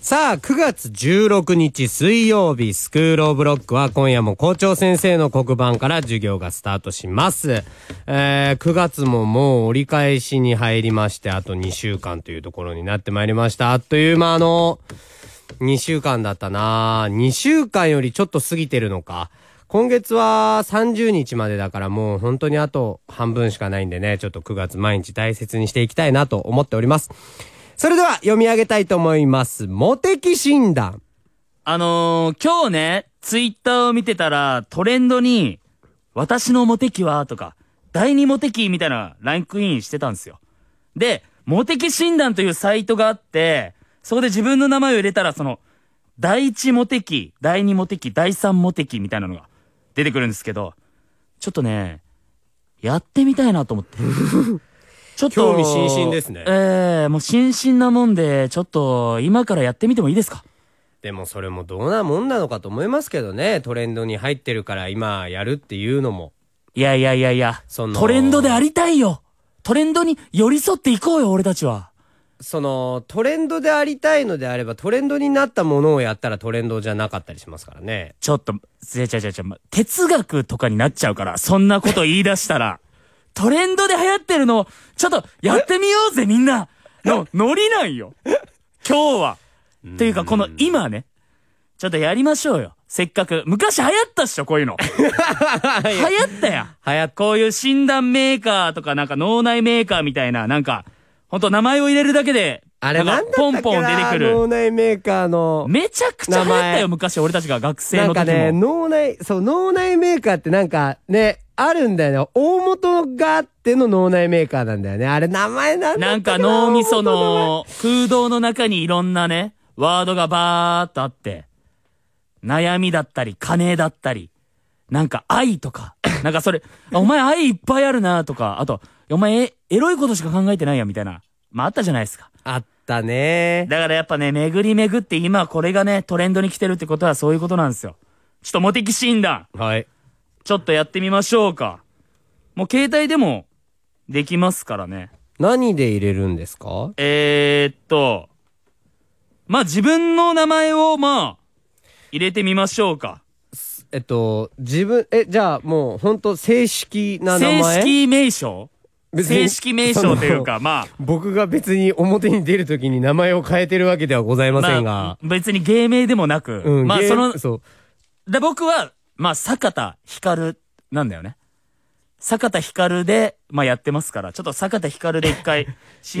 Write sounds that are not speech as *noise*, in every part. さあ、9月16日水曜日、スクールオブロックは今夜も校長先生の黒板から授業がスタートします。えー、9月ももう折り返しに入りまして、あと2週間というところになってまいりました。あっという間あの、2週間だったな2週間よりちょっと過ぎてるのか。今月は30日までだからもう本当にあと半分しかないんでね、ちょっと9月毎日大切にしていきたいなと思っております。それでは読み上げたいと思います。モテキ診断。あのー、今日ね、ツイッターを見てたら、トレンドに、私のモテ期は、とか、第二モテ期みたいなランクインしてたんですよ。で、モテ期診断というサイトがあって、そこで自分の名前を入れたら、その、第一モテ期、第二モテ期、第三モテ期みたいなのが出てくるんですけど、ちょっとね、やってみたいなと思 *laughs* って。ちょっと。興味津々ですねええもう心身なもんで、ちょっと、今からやってみてもいいですかでもそれもどうなもんなのかと思いますけどね。トレンドに入ってるから今やるっていうのも。いやいやいやいや、そトのレンドでありたいよトレンドに寄り添っていこうよ、俺たちは。その、トレンドでありたいのであれば、トレンドになったものをやったらトレンドじゃなかったりしますからね。ちょっと、違う違う違う違う、ま哲学とかになっちゃうから、そんなこと言い出したら。 *laughs* トレンドで流行ってるの、ちょっと、やってみよ *laughs* うぜ、みんなの、ノリなんよ今日 *laughs* は。というか、この今ね。ちょっとやりましょうよ。せっかく。昔流行ったっしょ、こういう *laughs* の。流行ったやん。流行っこういう診断メーカーとかなんか脳内メーカーみたいな、なんか、ほんと名前を入れるだけで、あれななんんだかったっけポなンポン出てくる。脳内メーカーの。めちゃくちゃ流行っ名た前よ、昔俺たちが学生なんのか時ね、も。脳内、そう、脳内メーカーってなんかね、あるんだよね。大元があっての脳内メーカーなんだよね。あれ名前なんだなっんたかっけな脳みそ。大元名前の空洞の中にいろんなね、ワードがバーっとあって、悩みだったり、金だったり、なんか愛とか、なんかそれ、あお前愛いっぱいあるなとか、あと、お前エエロいことしか考えてないやみたいな、まああったじゃないですか。あったね。だからやっぱね、巡り巡って今これがね、トレンドに来てるってことはそういうことなんですよ。ちょっとモテキ診断、はい。ちょっとやってみましょうか。もう携帯でも、できますからね。何で入れるんですかえー、っと、まあ、自分の名前を、まあ、入れてみましょうか。えっと、自分、え、じゃあもう、ほんと正式な名正前式名称別に正式名称というか、ま僕が別に表に出るときに名前を変えてるわけではございあ、ませんが。まあ、別に芸名でもなく、うん、まあ、ゲーその、そう。で、僕は、まあ、坂田光なんだよね。坂田光で、まあ、やってますから、ちょっと坂田光で一回 診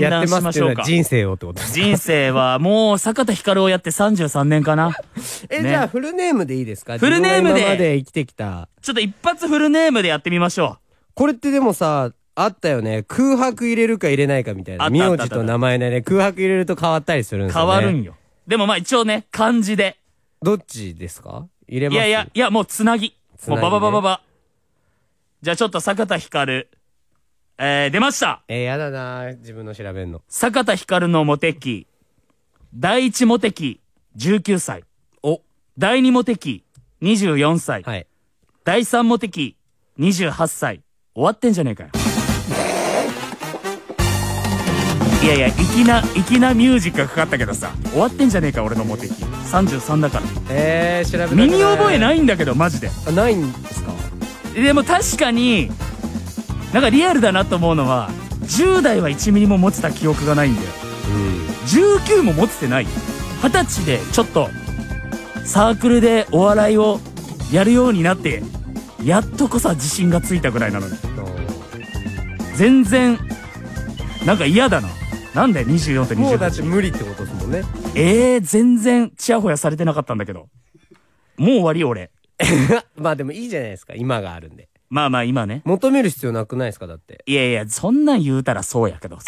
*laughs* やっ断てしまますってしいうょのうはか。人生をってことです。人生はもう坂田光をやって33年かな。 *laughs* え、ねじゃあフルネームでいいですかフルネーム自分でが今まで生きてきた。ちょっと一発フルネームでやってみましょこれってでもさ、あったよね。空白入れるか入れないかみたいな。あったあ名ったあ字ったと名前でね、空白入れると変わったりするんう。です変よね。わるんよ。でもまあ一応ね、漢字で。どっちですか入れまいすやいや、いや、もうつなぎ。つなもうぎねバババババ。じゃあちょっと坂田光。えー、出ましたえー、やだな自分の調べんの。坂田光のモテ期。第一モテ期、19歳。お。第二モテ期、24歳。はい。第三モテ期、28歳。終わってんじゃねえかよ。いやいや、粋な、粋なミュージックがかかったけどさ、終わってんじゃねえか、俺のモテ期。33だから。えー、調べたく身に覚えいないんだけど、マジで。あないんですかでも確かに、なんかリアルだなと思うのは、10代は1ミリも持ってた記憶がないんだ *laughs* よ。う19も持ってない二十歳でちょっとサークルでお笑いをやるようになってやっとこさ自信がついたぐらいなのにん。全然なんか嫌だななんだよ24ともうだって28無理ってことですもんね。 *laughs* えー、全然チヤホヤされてなかったんだけどもう終わり俺まあでもいいじゃないですか。今があるんで。まあまあ今ね求める必要なくないですかだって。いやいやそんなん言うたらそうやけど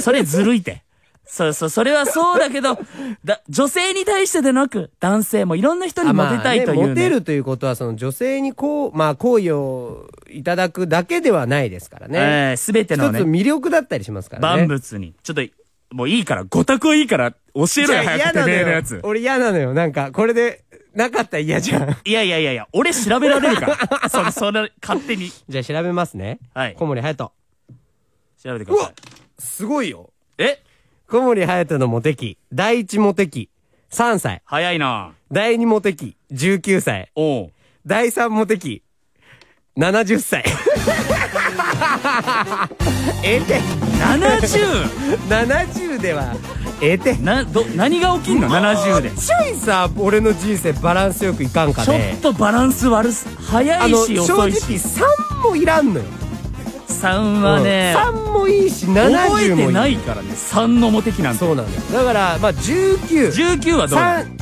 それずるいてそうそうそれはそうだ *laughs* けどだ女性に対してでなく男性もいろんな人にモテたいという、まあねモテるということは、その女性にこう、まあ、好意をいただくだけではないですからね。ええすべて一つのね、魅力だったりしますからね。万物に。ちょっと、もういいから、ごたくいいから、教えろよ、じゃあ早く嫌てなのめえのよやつ。。俺嫌なのよ。なんか、これで、なかったら嫌じゃん。いやいやいやいや、俺調べられるから。 *laughs* そ、それ、勝手に。じゃあ調べますね。はい小森隼調べてく人。ださい。すごいよ。え小森隼人のモテ期。第一モテ期。 3歳。早いな。第2モテ期、19歳。おう。第3モテ期、70歳。ええて、 70! 70では、ええて。な、ど、何が起きんの ?70 で。ちょいさ、俺の人生バランスよくいかんかちょねっ。とバランス悪す。早あいの、し正遅直いし。 3もいらんのよ。 3はね、 3もいいし、70も覚いい。えてないからね。3のモテ期なんて。そうなんだよ。だから、まあ、19、 19はどう3、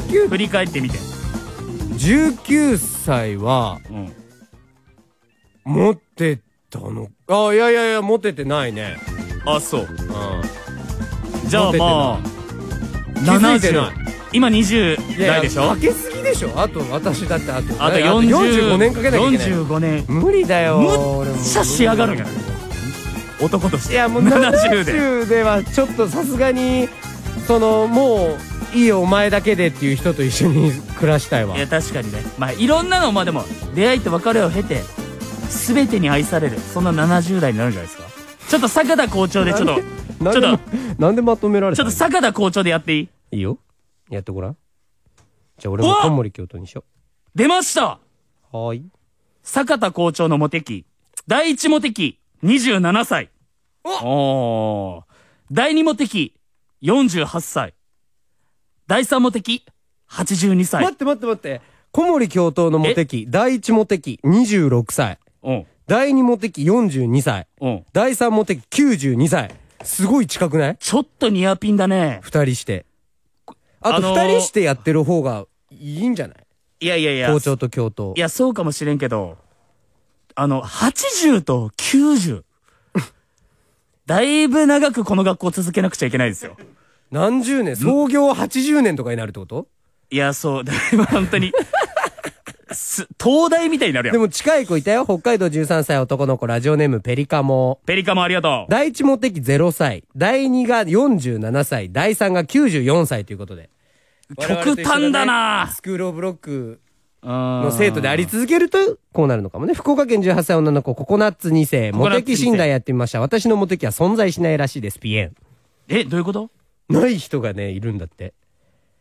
19、振り返ってみて。 19歳は、うん。持ってたのあ、いやいやいや、持ててないね。あ、そう。うん。じゃあまあ、気づいてない70。今20いや代でしょかけすぎでしょあと、私だってあと、あとね40 45年かけなきゃいけない。 45年。無理だよ。俺むもっちゃ仕上がるんや男としいて。や、もう70で。 70では、ちょっとさすがに、その、もう、いいよ、お前だけでっていう人と一緒に暮らしたいわい。や、確かにね。まあ、いろんなの、まあでも、出会いと別れを経て、すべてに愛される、そんな70代になるんじゃないですかちょっと坂田校長で、ちょっと、ちょなんっでと、ちょっまなんでまとめられたとの坂田校長でやっていいいいよ。やってごらん。じゃあ俺もうわコウモリ京都にしよ出ましたう。はーい。坂田校長のモテ期。第一モテ期、27歳。おー第二モテ期、48歳。第三モテ期、82歳。待って待って待って。小森教頭のモテ期、第1モテ期26歳、うん、第2モテ期42歳、うん。第3モテ期92歳。すごい近くないちょっとニアピンだね。二人して。ああとの二ー人してやってる方がいいんじゃないいやいやいや。校長と教頭い。や、そうかもしれんけど、あの、80と90。だいぶ長くこの学校続けなくちゃいけないですよ。何十年創業80年とかになるってこといや、そう、だいぶ本当に。 *laughs* す、東大みたいになるやでん。も近い子いたよ。北海道13歳男の子ラジオネームペリカモ。ペリカもありがとう。第1モテ期0歳、第2が47歳、第3が94歳ということで。極端だなスクールオブロックのの生徒であり続けると、こうなるのかもね。福岡県18歳女の子、ココナッツ2世、ココモナッテツ二期世診断やってみました。私のモテ期は存在しないらしいです、ピエン。え、どういうことない人がね、いるんだって。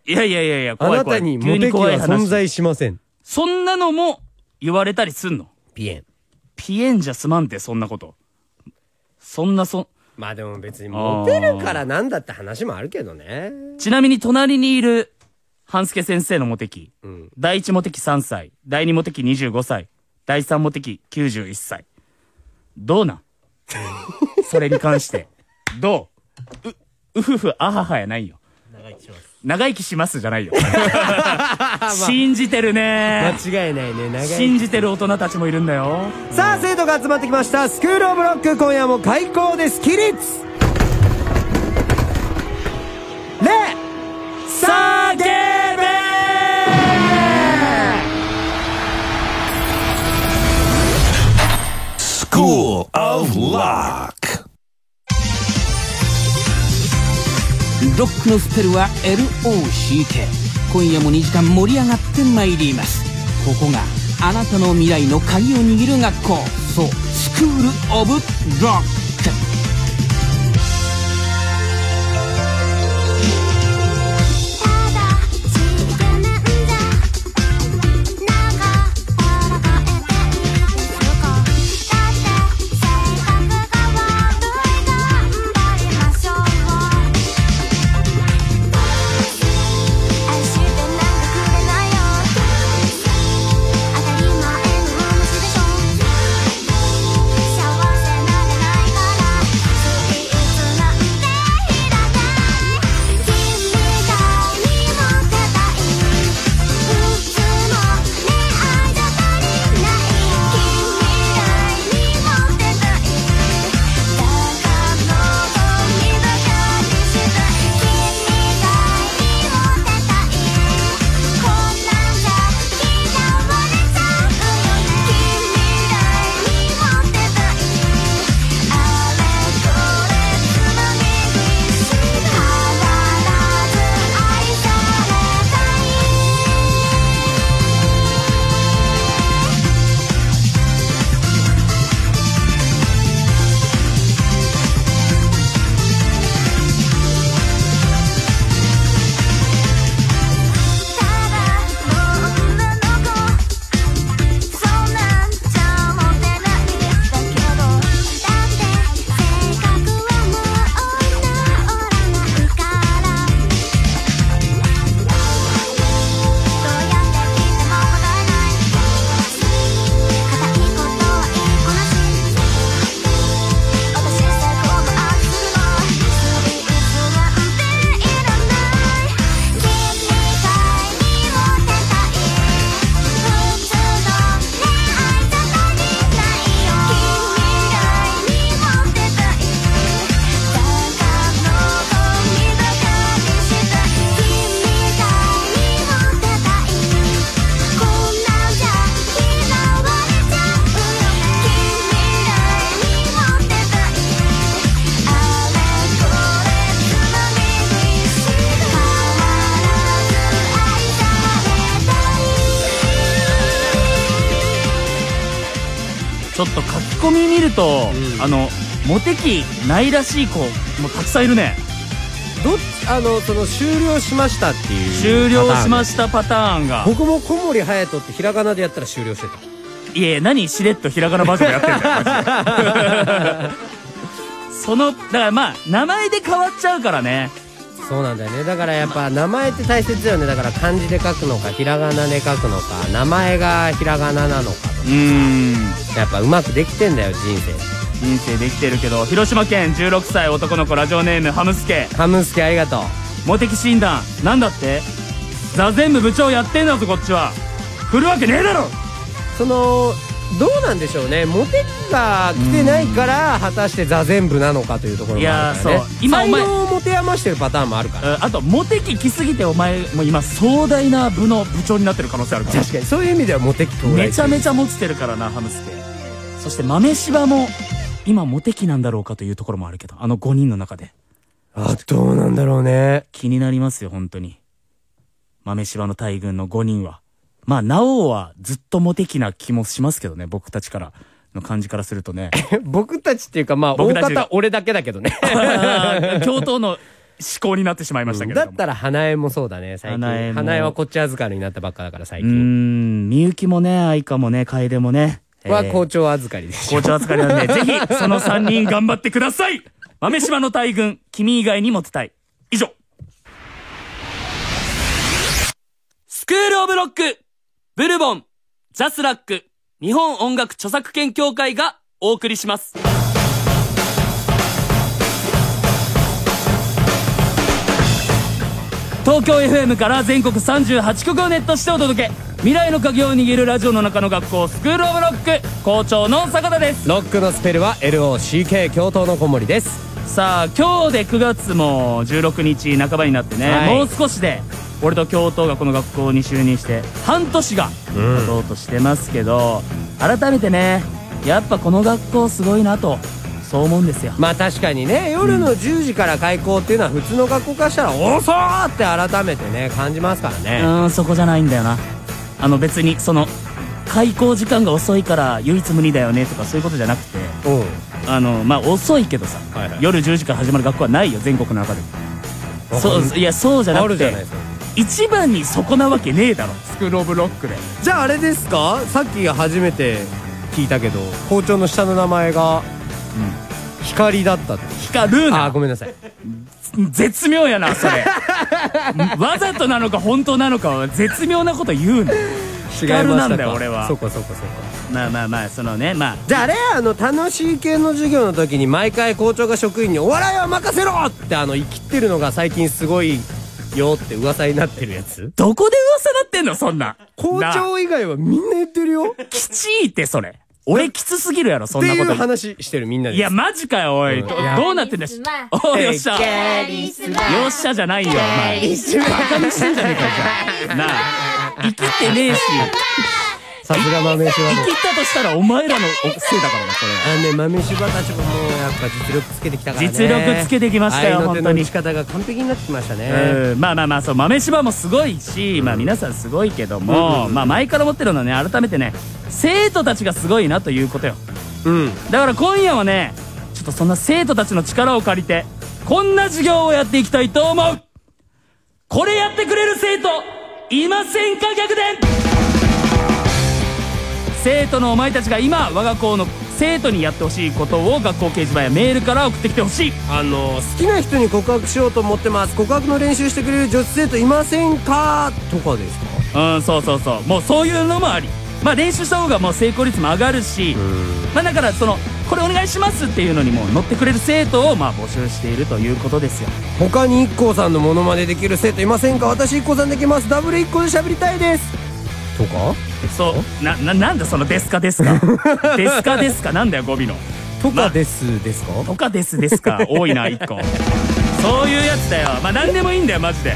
いやいやいやいや、あ怖いな怖たい。に急モテ期怖はい話存在しません。そんなのも言われたりすんのピエン。ピエンじゃすまんて、そんなこと。そんなそ、まあでも別にモテるからなんだって話もあるけどね。ちなみに隣にいる、半助先生のモテ期。ん第1モテ期3歳。第2モテ期25歳。第3モテ期91歳。どうなんそれに関して。どうう、うふふ、あははやないよ。長生きします。長生きしますじゃない *laughs* よ。信じてるね。間違いないね、長い。信じてる大人たちもいるんだよ。さあ生徒が集まってきましたスクールオブロック今夜も開校です起立レ叫べー School of Lock. ロックのスペルは LOCK 今夜も2時間盛り上がってまいりますここがあなたの未来の鍵を握る学校そうスクール・オブ・ロックただ「なんか愚かえている子」「だって性格が悪い頑張りましょう」「愛してなんかくれないよ」「当たり前の話でしょ」「幸せなれないかコミ見ると、うんあのモテ期ないらしい子もたくさんいるねどっちあのその終了しましたっていう終了しまたしたパターンが僕も小森隼人ってひらがなでやったら終了してたいやいや何しれっとひらがなバカやってんだよ *laughs* マジでそのだからまあ名前で変わっちゃうからねそうなんだよねだからやっぱ名前って大切だよねだから漢字で書くのかひらがなで書くのか名前がひらがななのかうーんとやっぱうまくできてんだよ人生人生できてるけど広島県16歳男の子ラジオネームハムスケハムスケありがとうモテキ診断なんだって座禅部部長やってんだぞこっちは振るわけねえだろそのどうなんでしょうねモテ期が来てないから果たして座禅部なのかというところもあるからねいやーそう今お前才能を持て余してるパターンもあるからうんあとモテ期来すぎてお前もう今壮大な部の部長になってる可能性あるから確かにそういう意味ではモテ期到来めちゃめちゃ持ちてるからなハムスケそして豆柴も今モテ期なんだろうかというところもあるけどあの5人の中であどうなんだろうね気になりますよ本当に豆柴の大群の5人はまあなおはずっとモテ期な気もしますけどね僕たちからの感じからするとね *laughs* 僕たちっていうかまあ僕大たち方俺だけだけどね *laughs* 共闘の思考になってしまいましたけれどだもったら花江もそうだね最近花花江江もはこっち預かるになったばっかだから最うー近んみゆきもね愛花もね楓もねはえー校長預かりでしょ校長扱い *laughs* なんで、ぜひ、その3人頑張ってください豆島の大群、君以外にも伝え。以上。スクールオブロック、ブルボン、ジャスラック、日本音楽著作権協会がお送りします。東京 FM から全国38局をネットしてお届け。未来の鍵を握るラジオの中の学校、スクールオブロック、校長の坂田です。ロックのスペルは LOCK 教頭の小森ですさあ、今日で9月も16日半ばになってね、はいもう少しで、俺と教頭がこの学校に就任して、半年が経とうとしてますけど、改めてね、やっぱこの学校すごいなと、そう思うんですよ。まあ確かにね夜の10時から開校っていうのは普通の学校からしたら遅ーって改めてね感じますからうねーんそこじゃないんだよなあの別にその開校時間が遅いから唯一無二だよねとかそういうことじゃなくてうんあのまあ遅いけどさ、はいはい夜10時から始まる学校はないよ全国の中でわかそんういやそうじゃなあくるじゃないてですか一番にそこなわけねえだろスクローブロックでじゃああれですかさっき初めて聞いたけど校長の下の名前が、光だったって光るあーなごめんなさい絶妙やな *laughs* それわざとなのか本当なのかは絶妙なこと言うな光なんだよ俺はそこそこそこまあまあまあそのねまあじゃああれあの楽しい系の授業の時に毎回校長が職員に「お笑いは任せろ!」ってあの生きてるのが最近すごいよって噂になってるやつどこで噂なってんのそんな校なあ長以外はみんな言ってるよっきちいってそれ俺きつすぎるやろそんてなこいとう言う話してるみんなでいや、マジかよ、おい。うんどいやどうなってんだよ。おうよっしゃ。よリスっしゃじゃないよ、お前。バカにしてんじゃねえか、じゃあ。なあ。生きてねえし、さすが豆柴生もきったとしたらお前らのせいだからな、これあは。のね豆柴たちももうやっぱ実力つけてきたからね実力つけてきましたよ愛の手の本当に打ち方が完璧になってきましたね、うんまあまあまあそう豆柴もすごいし、まあ皆さんすごいけども、まあ前から思ってるのはね改めてね生徒たちがすごいなということようんだから今夜はねちょっとそんな生徒たちの力を借りてこんな授業をやっていきたいと思うこれやってくれる生徒いませんか逆転生徒のお前たちが今我が校の生徒にやってほしいことを学校掲示板やメールから送ってきてほしいあの好きな人に告白しようと思ってます告白の練習してくれる女子生徒いませんかとかですかうんそうそうそうもうそういうのもありまあ練習した方がもう成功率も上がるしまあだからそのこれお願いしますっていうのにも乗ってくれる生徒をまあ募集しているということですよ他に IKKO さんのモノマネできる生徒いませんか私 IKKO さんできますダブル IKKO で喋りたいですとかそうなななんだその「ですかで *laughs* すか」「ですかですか」なんだよ語尾のとかですですか「とかですですか」多いな一個そういうやつだよまあ何でもいいんだよマジでよ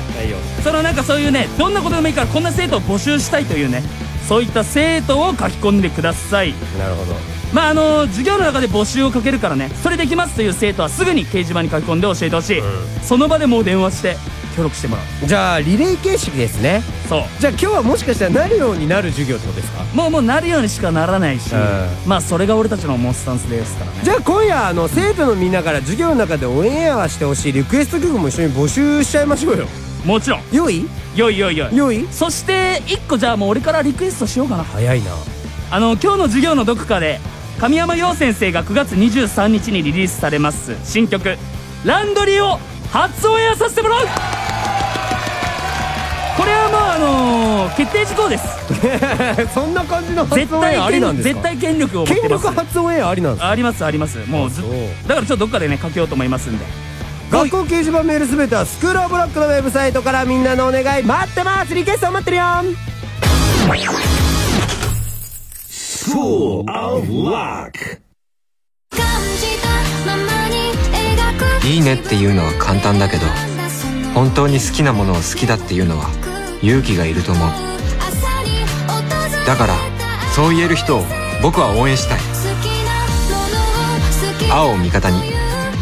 そのなんかそういうねどんなことでもいいからこんな生徒を募集したいというねそういった生徒を書き込んでくださいなるほどまああの授業の中で募集をかけるからねそれできますという生徒はすぐに掲示板に書き込んで教えてほしい、その場でもう電話して協力してもらうじゃあリレー形式ですねそうじゃあ今日はもしかしたらなるようになる授業ってことですかもうもうなるようにしかならないし、うまあそれが俺たちのモンスタンスですからねじゃあ今夜あの生徒のみんなから授業の中でオンエアしてほしいリクエスト曲も一緒に募集しちゃいましょうよもちろんよいよいよいよいよいそして一個じゃあもう俺からリクエストしようかな早いなあの今日の授業のどこかで神山陽先生が9月23日にリリースされます新曲「ランドリー」を初オンエアさせてもらうこれはもうあのー決定事項で *laughs* すそんな感じの発絶音対ありなんで権すか絶対権力を持って権ます力発音エアありなんですかありますありますもうずあそうだからちょっとどっかでね書けようと思いますんで学校掲示板メールすべてはスクールオブロックのウェブサイトからみんなのお願い待ってますリクエスト待ってるよ School of Rock. いいねっていうのは簡単だけど本当に好きなものを好きだっていうのは勇気がいると思うだからそう言える人を僕は応援したい青青を味方に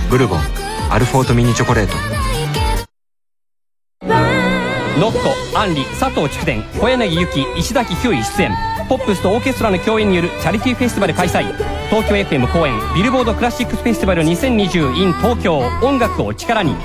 ブルボンアルフォートミニチョコレートノッコ、アンリ、佐藤筑前、小柳ゆき、石崎ひゅうい出演。ポップスとオーケストラの共演によるチャリティーフェスティバル開催。東京 FM 公演、ビルボードクラシックスフェスティバル2020 in 東京、音楽を力に。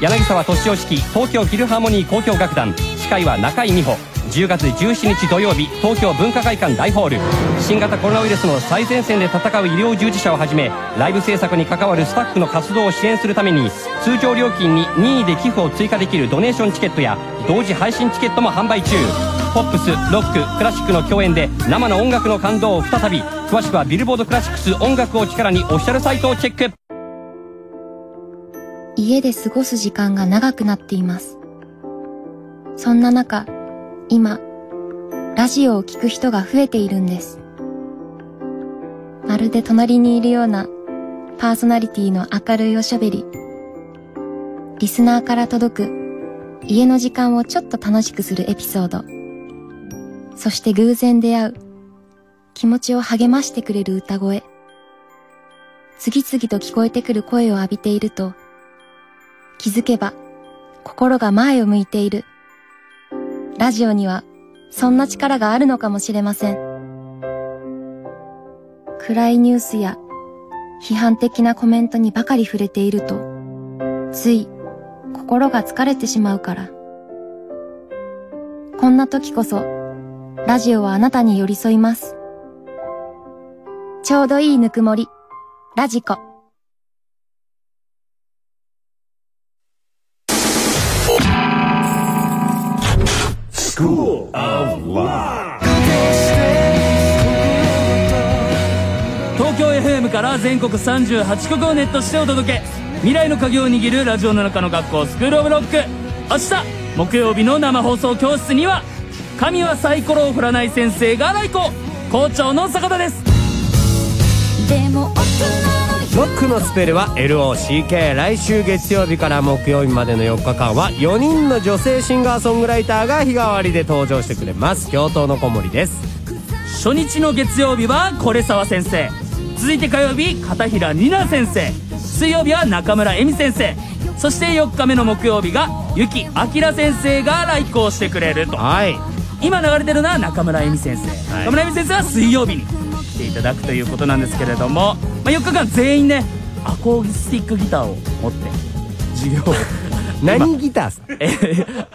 柳沢敏夫式、東京フィルハーモニー交響楽団。司会は中井美穂。10月17日土曜日、東京文化会館大ホール。新型コロナウイルスの最前線で戦う医療従事者をはじめ、ライブ制作に関わるスタッフの活動を支援するために、通常料金に任意で寄付を追加できるドネーションチケットや、同時配信チケットも販売中。ポップス、ロック、クラシックの共演で生の音楽の感動を再び、詳しくはビルボードクラシックス音楽を力にオフィシャルサイトをチェック。家で過ごす時間が長くなっています。そんな中、今、ラジオを聞く人が増えているんです。まるで隣にいるようなパーソナリティの明るいおしゃべり。リスナーから届く家の時間をちょっと楽しくするエピソード。そして偶然出会う気持ちを励ましてくれる歌声。次々と聞こえてくる声を浴びていると、気づけば心が前を向いている。ラジオにはそんな力があるのかもしれません。暗いニュースや批判的なコメントにばかり触れていると、つい心が疲れてしまうから。こんな時こそ、ラジオはあなたに寄り添います。ちょうどいいぬくもり、ラジコ。 School of Rock. 東京 FM から全国38局をネットしてお届け未来の鍵を握るラジオの中の学校スクールオブロック明日木曜日の生放送教室には神はサイコロを振らない先生が来校校長の坂田ですでも大人のロックのスペルは LOCK 来週月曜日から木曜日までの4日間は4人の女性シンガーソングライターが日替わりで登場してくれます教頭の小森です初日の月曜日はこれ沢先生続いて火曜日片平里奈先生水曜日は中村恵美先生そして4日目の木曜日がゆきあきら先生が来校してくれるとはい今流れてるのは中村恵美先生、中村恵美先生は水曜日に来ていただくということなんですけれども、まあ、4日間全員ねアコースティックギターを持って授業を *laughs* 何ギターっす *laughs* えー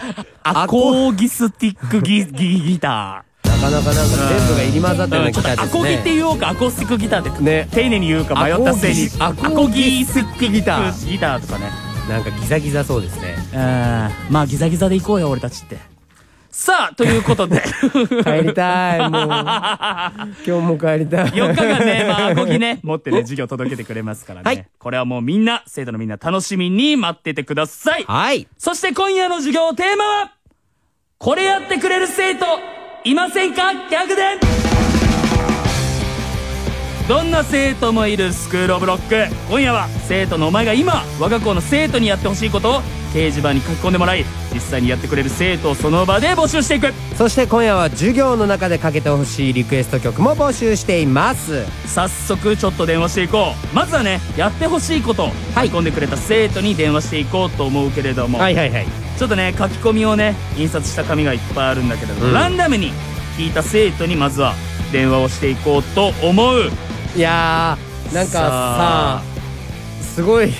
アコーギスティックギギギタなかなかなんか全部が入り混ざったようーなギちょっとターアですコギってね言おうかアコースティックギターって、ね丁寧に言うか迷ったせいにアコギスティックギターギターとかねなんかギザギザそうですねうんまあギザギザで行こうよ俺たちってさあということで *laughs* 帰りたい *laughs* もう今日も帰りたい4日間ね、まあ、アコギね、持ってね、授業届けてくれますからね。はいこれはもうみんな、生徒のみんな楽しみに待っててください。はいそして今夜の授業テーマは、これやってくれる生徒、いませんか逆転どんな生徒もいるスクールオブロック今夜は生徒のお前が今我が校の生徒にやってほしいことを掲示板に書き込んでもらい実際にやってくれる生徒をその場で募集していくそして今夜は授業の中でかけてほしいリクエスト曲も募集しています早速ちょっと電話していこうまずはねやってほしいことを書き込んでくれた生徒に電話していこうと思うけれども、はいはいはいちょっとね書き込みをね印刷した紙がいっぱいあるんだけれども、うんランダムに聞いた生徒にまずは電話をしていこうと思ういやーなんかささすごい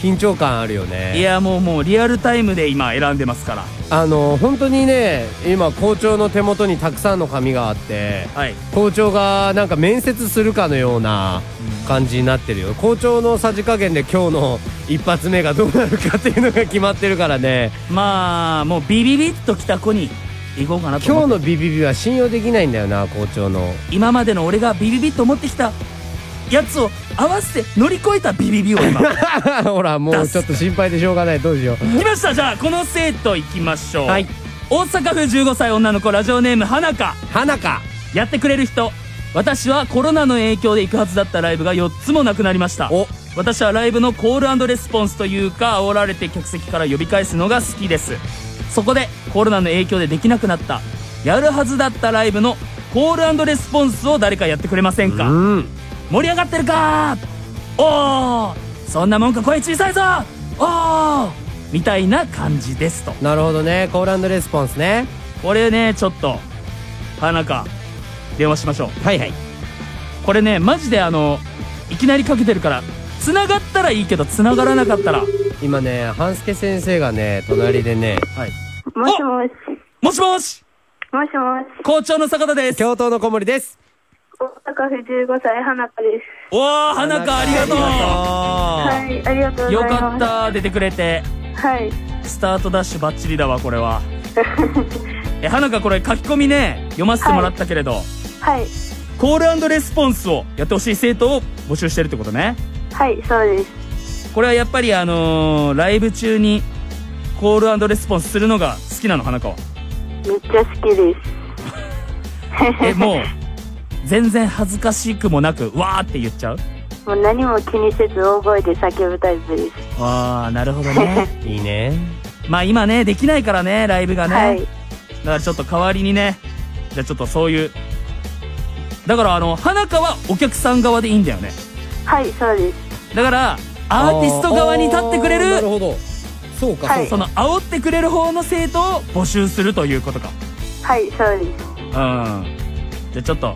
緊張感あるよねいやもうもうリアルタイムで今選んでますからあの本当にね今校長の手元にたくさんの紙があってはい校長がなんか面接するかのような感じになってるよ校長のさじ加減で今日の一発目がどうなるかっていうのが決まってるからねまあもうビビビッと来た子に行こうかなと今思日ってのビビビは信用できないんだよな校長の今までの俺がビビビッと持ってきたやつを合わせて乗り越えたビビビを今 *laughs* ほらもうちょっと心配でしょうがないどうしよう来ましたじゃあこの生徒行きましょう、はい大阪府15歳女の子ラジオネームはなか花かやってくれる人私はコロナの影響で行くはずだったライブが4つもなくなりましたお私はライブのコールレスポンスというか煽られて客席から呼び返すのが好きですそこでコロナの影響でできなくなったやるはずだったライブのコールレスポンスを誰かやってくれませんかうん盛り上がってるかおおそんなもんか声小さいぞおおみたいな感じですとなるほどねコールレスポンスねこれねちょっと花か電話しましょうはいはいこれねマジであのいきなりかけてるから繋がったらいいけど繋がらなかったら今ね半助先生がね隣でねはいもしもし。もしもしもしもし。校長の坂田です教頭の小森です大阪府15歳、花香です。おー花香ありがとうはい、ありがとうごよざいます。かった出てくれてた。はい。スタートダッシュバッチリだわこれ *laughs* はえ花香これ書き込みね読ませてもらったけれど、はい。コールレスポンスをやってほしい生徒を募集してるってことねはい、そうです。これはやっぱりあのーライブ中にコールレスポンスするのが好きなの花香はめっちゃ好きです。 *laughs* えもう全然恥ずかしくもなくわーって言っちゃうもう何も気にせず大声で叫ぶタイプです。ああなるほどね *laughs* いいねまあ今ねできないからねライブがね、はい。だからちょっと代わりにねじゃあちょっとそういうだからあの花香はお客さん側でいいんだよねはい、そうです。だからアーティスト側に立ってくれあーなるるほどそうか、はいそうその煽ってくれる方の生徒を募集するということかはい、そうです。うんじゃあちょっと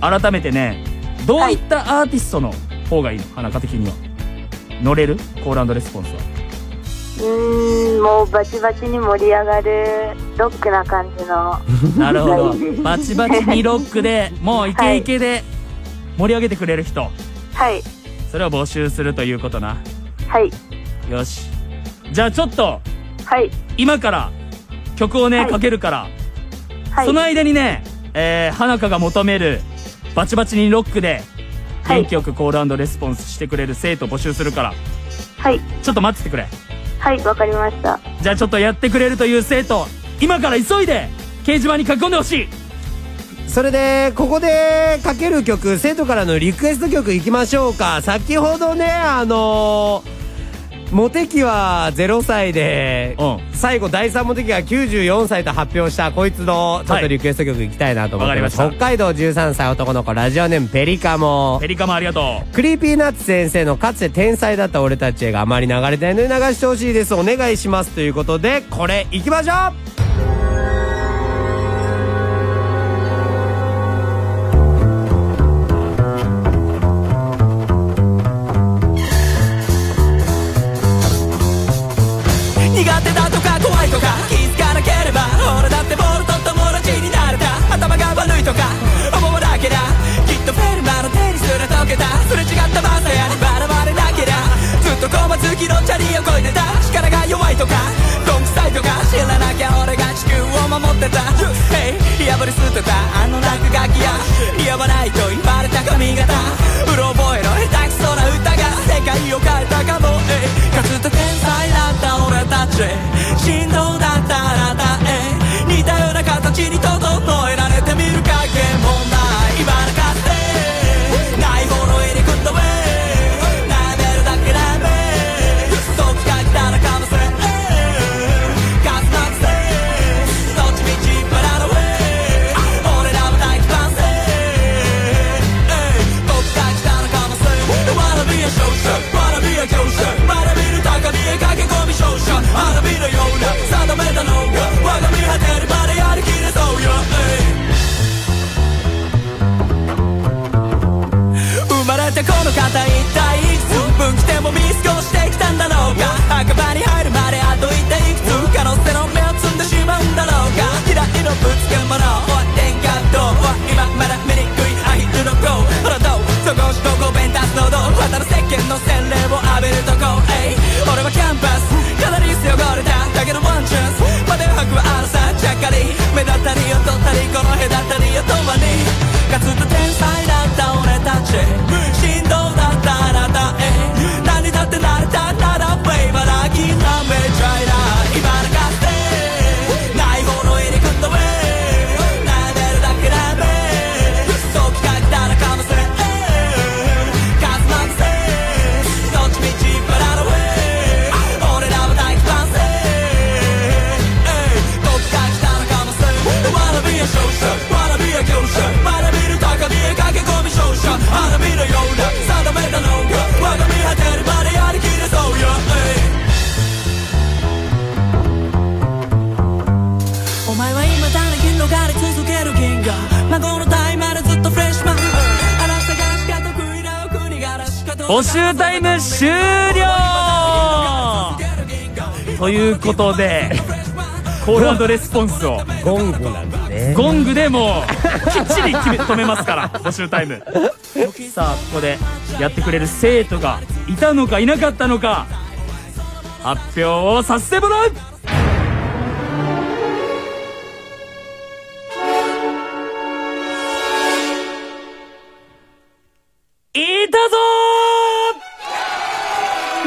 改めてねどういったアーティストの方がいいの花香的には乗れるコールレスポンスはうーん、もうバチバチに盛り上がるロックな感じの。なるほはどいバチバチにロックでもうイケイケで盛り上げてくれる人はい。それを募集するということなはい。よしじゃあちょっとはい。今から曲をね、はいかけるから、はい。その間にね、えー、花香が求めるバチバチにロックではい元気よくコールレスポンスしてくれる生徒を募集するからはい。ちょっと待っててくれはい、わかりました。じゃあちょっとやってくれるという生徒今から急いで掲示板に書き込んでほしいそれでここでかける曲生徒からのリクエスト曲いきましょうか先ほどねあのーモテ期は0歳で、う最後第3モテ期は94歳と発表したこいつのちょっはといリクエスト曲いきたいなと思ってます,、わかり北海道13歳男の子ラジオネームペリカモペリカもありがとクリーピーナッツ先生のかつて天才だった俺たちへがあまり流れてないのに流してほしいですお願いしますということでこれいきましょう苦手だとか怖いとか気づかなければ俺だってボールと友達になれた頭が悪いとか思わなきゃきっとフェルマーの手にすら溶けたすれ違ったマサヤに笑われなきゃずっと駒付きのチャリをこいでた力が弱いとかどんくさいとか知らなきゃ俺が地球を守ってた Hey 破りすとかあの落書きや似合わないと言われた髪型うろ覚えの下手くそな歌が世界を変えたかも、えいかつて天才だった俺たち振動だったあなたへ似たような形に整えられてみる影もない今なかってな募集タイム終了ということでコールレスポンスをゴングなんだねゴングでもうきっちり決め止めますから募集タイムさあここでやってくれる生徒がいたのかいなかったのか発表をさせてもらういたぞー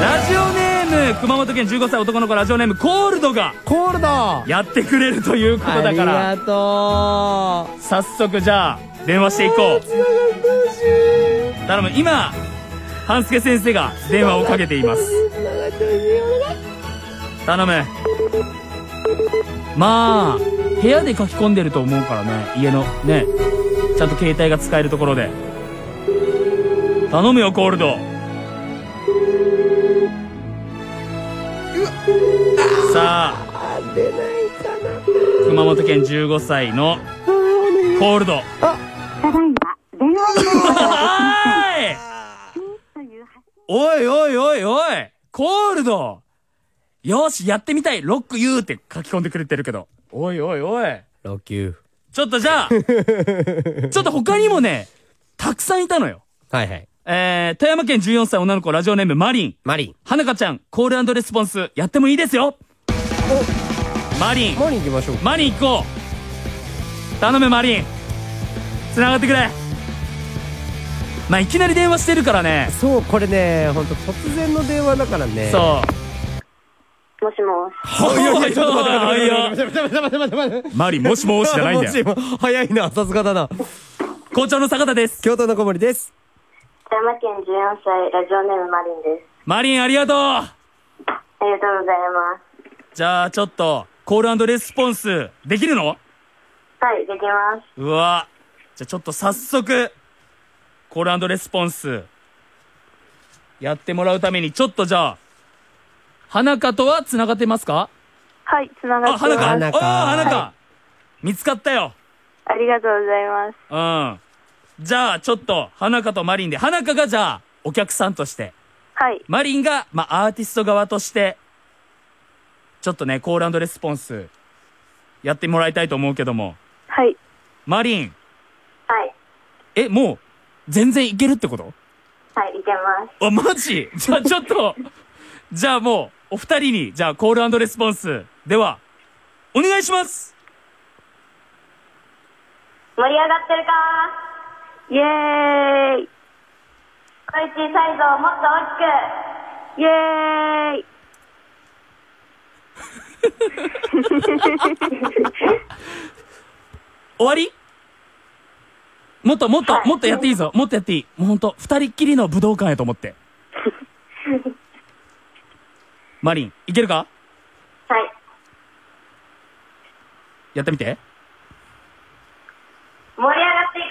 ラジオネーム熊本県15歳男の子ラジオネームコールドがコールドやってくれるということだからありがと早速じゃあ電話していこう *laughs* 頼む今半助先生が電話をかけています頼むまあ部屋で書き込んでると思うからね家のねちゃんと携帯が使えるところで頼むよコールドさあ熊本県15歳のコールドただいま、電話にはーい *laughs* おいおいおいおいコールドよし、やってみたいロックユーって書き込んでくれてるけど。おいおいおい。うロキューちょっとじ *laughs* ゃあ、ちょっと他にもね、たくさんいたのよ。はいはいえー、富山県14歳女の子ラジオネームマリン。マリはなかちゃん、コールレスポンス、やってもいいですよマリンン、マリン行きましょうマリン行こう頼むマリン繋がってくれまあいきなり電話してるからねそうこれね本当突然の電話だからねうそうもしもし。早いよ待って待って待って待って待 *laughs* ってマリンもしもしじゃないんだ *laughs* よよ早いなさすがだな校長の坂田です京都の小森です富山県14歳、ラジオネームマリンです。マリンありがとうありがとうございます。じゃあちょっとコールレスポンスできるのはい、できます。うわじゃあちょっと早速コールレスポンスやってもらうためにちょっとじゃあ花香とは繋がってますかはい、つながあ、って花か。まあす。花かあ、花か。見つかったよ。ありがとうございます。うん。じゃあ、ちょっと、花かとマリンで、花かがじゃあ、お客さんとして、はい、マリンが、まあ、アーティスト側として、ちょっとね、コールレスポンス、やってもらいたいと思うけども。はい、マリン、はい、え、もう、全然いけるってことはい、いけます。あ、マジじゃあ、ちょっと、じゃあもう、お二人に、じゃあ、コールレスポンス、では、お願いします盛り上がってるかイエーイ小一サイズをもっと大きくイエー *laughs* イ *laughs* 終わりもっともっと、はいもっとやっていいぞ。もっとやっていい。もうほんと、二人っきりの武道館やと思って。マリン、いけるかはい、やってみて。盛り上がってい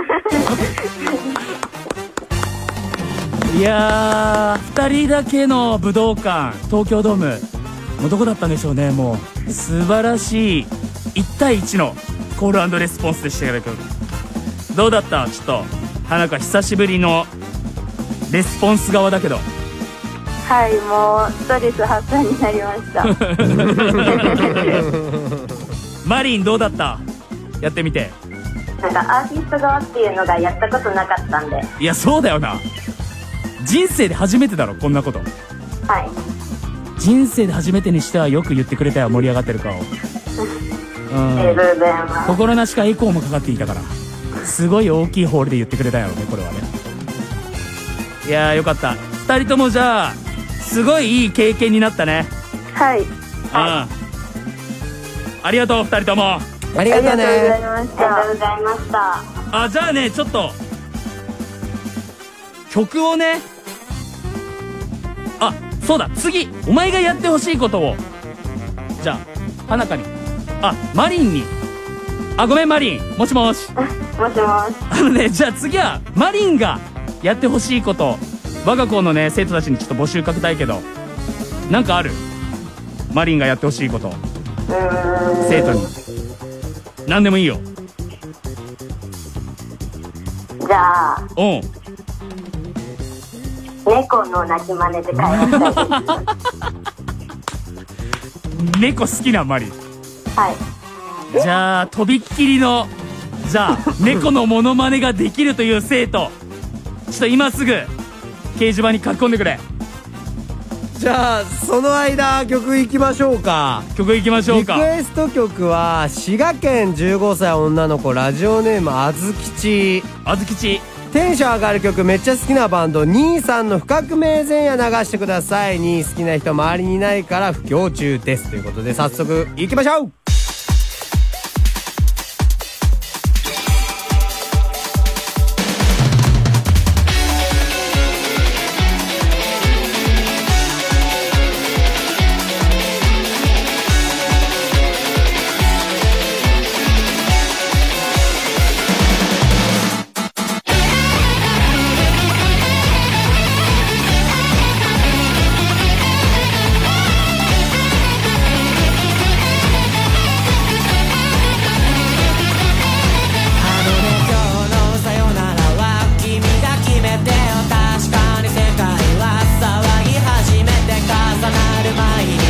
こうぜおー終了いやー、二人だけの武道館、東京ドーム、もうどこだったんでしょうね、もう。素晴らしい、1対1のコールレスポンスでしたけど、どうだったちょっと、花香久しぶりのレスポンス側だけ *laughs* ど。はい、もうストレス発散になりましたマリンどうだったやってみてなんかアーティスト側っていうのがやったことなかったんではいやそうだよな人生で初めてだろこんなことい人生で初めてにしてはよく言ってくれたよ盛り上がってる顔ありがうんとうございます心なしかエコーもかかっていたからすごい大きいホールで言ってくれたよねこれはねいやーよかった2人ともじゃあすごいいい経験になったねはいうんありがとう2人ともありあがりとうがとうござねいましたありがとうございましたあじゃあねちょっと曲をねあそうだ次お前がやってほしいことをじゃあ花香にあマリンにあごめんマリンもしもしもしもしあのねじゃあ次はマリンがやってほしいこと我が校のね生徒たちにちょっと募集かけたいけどなんかあるマリンがやってほしいこと生徒に何でもいいよじゃあうん猫の鳴き真似で会話 *laughs* したいで猫好きなマリすはいじゃあとびっきりのじゃあ猫のモノマネができるという生徒ちょっと今すぐ掲示板に書き込んでくれじゃあその間曲いきましょうか曲いきましょうかリクエスト曲は滋賀県15歳女の子ラジオネームあずきちあずきちテンション上がる曲めっちゃ好きなバンド兄さんの「不覚名前夜」流してください兄好きな人周りにいないから不況中ですということで早速いきましょう今日のさよならは君が決めてよ確かに世界は騒ぎ始めて重なる毎日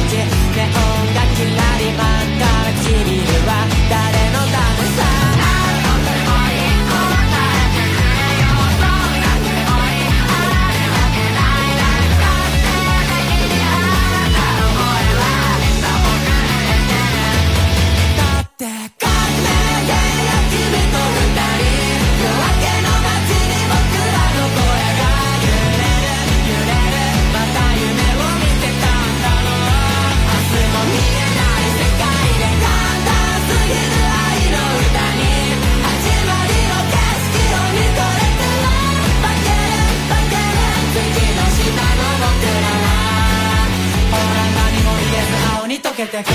ネオンがきらり真っ赤な君は誰のためさ何とでもいい答えてくれよどんなでもいいあるわけないだろ勝手にあなたの声はさもくれてだって溶けてく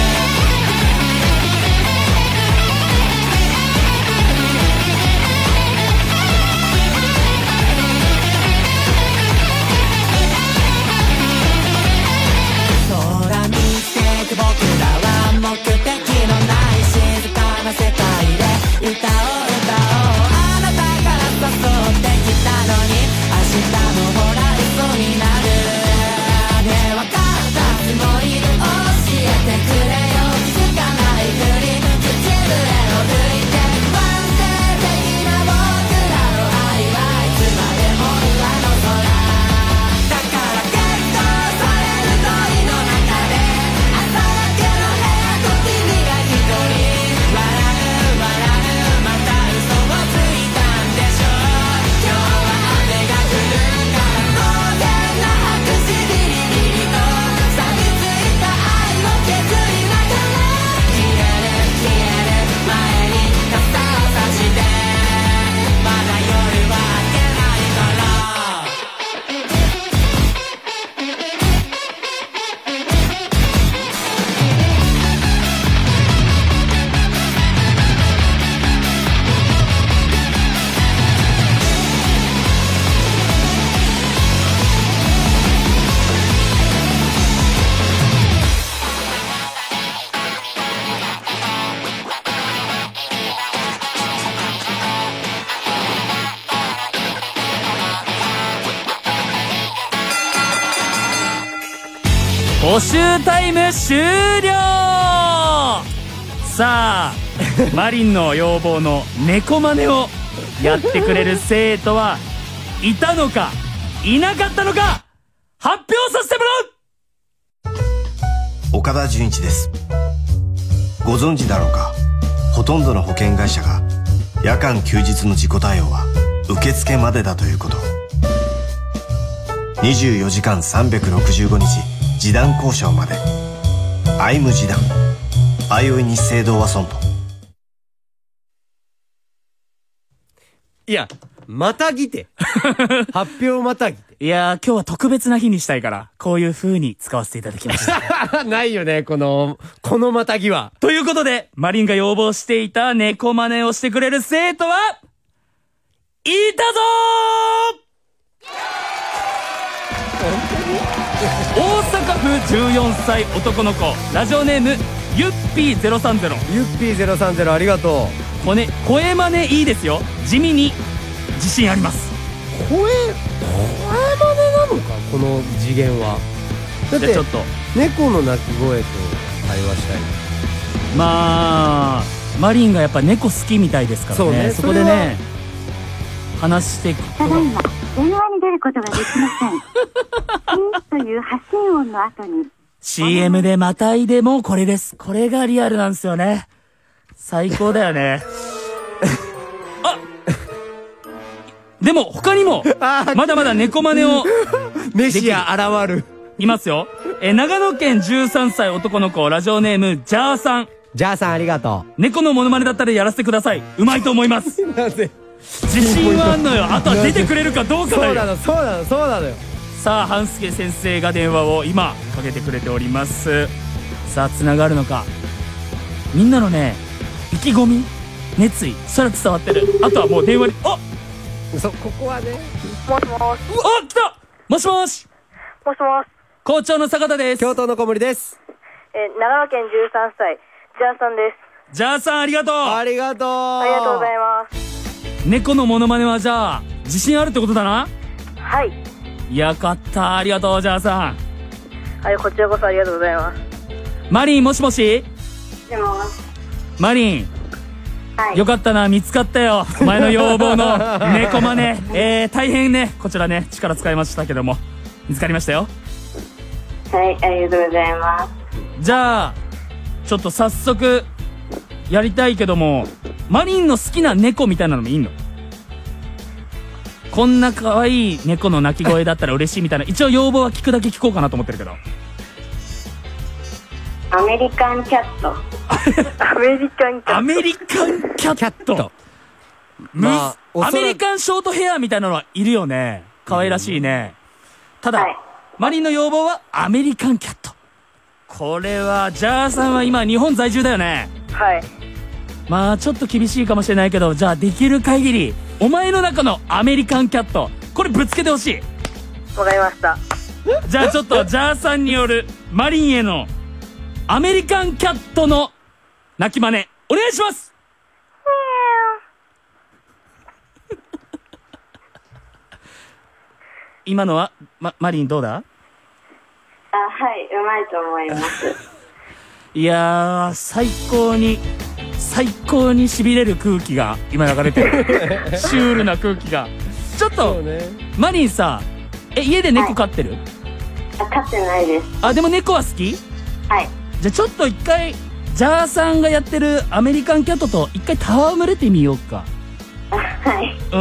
空見てく僕らは目的のない静かな世界で歌を歌おうあなたから誘ってきたのに明日もほら嘘になるねえ分かったつもりで教えてくれよ気づかないふり口笛を吹いて不安定的な僕らの愛はいつまでも上の空だから結構される恋の中で朝焼けの部屋と君が一人笑う笑うまた嘘をついたんでしょ今日は雨が降るから当然な拍手ビリビリと錆びついた愛を削りながら消える消える前に傘を差してまだ夜は明けないから募集タイム終了さあマリンの要望の猫真似をやってくれる生徒はいたのかいなかったのか発表させてもらう岡田純一ですご存知だろうかほとんどの保険会社が夜間休日の自己対応は受付までだということ24時間365日示談交渉まで「アイム示談」「あいうい日清同和損保」いやまたぎ *laughs* て発表またぎていやー今日は特別な日にしたいからこういう風に使わせていただきました *laughs* ないよねこのこのまたぎはということでマリンが要望していた猫真似をしてくれる生徒はいたぞー大阪府14歳男の子ラジオネームゆっぴー030ゆっぴー030ありがとうこね声真似いいですよ地味に自信あります声声真似なのかこの次元はだっじゃてあちょっと猫の鳴き声と会話したいまあマリンがやっぱ猫好きみたいですからねそそうねそこでれはね話していくただいま電話に出ることができませんピーという発信音の後に CM でまたいでもこれですこれがリアルなんですよね最高だよね *laughs* あでも他にもまだまだ猫真 *laughs* 似をメシア現るいますよえ長野県13歳男の子ラジオネームジャーさんジャーさんありがとう猫のモノマネだったらやらせてくださいうまいと思います *laughs* なぜ自信はあんのよあとは出てくれるかどうかだよそうなのそうなのそうなのよさあ半助先生が電話を今かけてくれておりますさあつながるのかみんなのね意気込み熱意それは伝わってるあとはもう電話にあそここはねもしもし。あ来たもしももししもし。校長の坂田です教頭の小森ですえー長野県13歳、ジャーさんです。ジャーさんありがとうありがとうありがとうございます。猫のモノマネはじゃあ自信あるってことだなはい。よかったありがとうジャーさんはい、こちらこそありがとうございます。マリンもしもしでも、マリン、はいよかったな見つかった *laughs* よお前の要望の猫マネえー、大変ねこちらね力使いましたけども見つかりましたよはい、ありがとうございます。じゃあちょっと早速やりたいけどもマリンの好きな猫みたいなのもいいのこんな可愛い猫の鳴き声だったら嬉しいみたいな一応要望は聞くだけ聞こうかなと思ってるけどアメリカンキャット。アメリカンキャット。アメリカンキャットむまあアメリカンショートヘアみたいなのはいるよね可愛らしいね、ただ、マリンの要望はアメリカンキャットこれはジャーさんは今日本在住だよねはい。まあちょっと厳しいかもしれないけどじゃあできる限りお前の中のアメリカンキャットこれぶつけてほしいわかりました。じゃあち *laughs* ょっとジャーさんによるマリンへのアメリカンキャットの鳴き真似お願い *laughs* します今のは、ま、マリンどうだあ、はい、うまいと思います。いやー最高に最高にしびれる空気が今流れてるシュールな空気がちょっと、マリンさえ家で猫飼ってる、あ、飼ってないです。あでも猫は好きはい。じゃあちょっと一回ジャーさんがやってるアメリカンキャットと一回戯れてみようかはい。う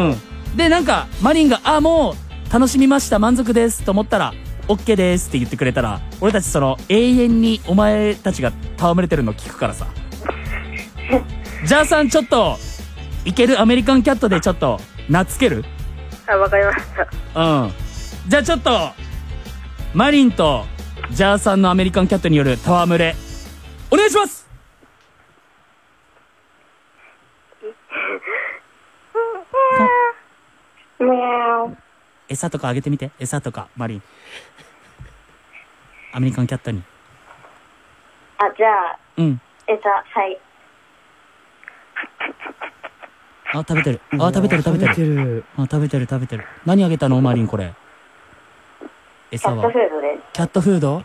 んでなんかマリンが「あもう楽しみました満足です」と思ったら「OK です」って言ってくれたら俺たちその永遠にお前たちが戯れてるの聞くか *laughs* らさジャーさんちょっといけるアメリカンキャットでちょっと懐ける *laughs* あ、わかりました。うんじゃあちょっとマリンとジャーさんのアメリカンキャットによる戯れお願いしますミャオ。餌とかあげてみて餌とかマリンアメリカンキャットにあ、じゃあ、うんえた、はい。あ食べてるあ食べてる食べてるあ食べてる食べてる何あげたのマリンこれキャ餌ットはフードです。キャットフード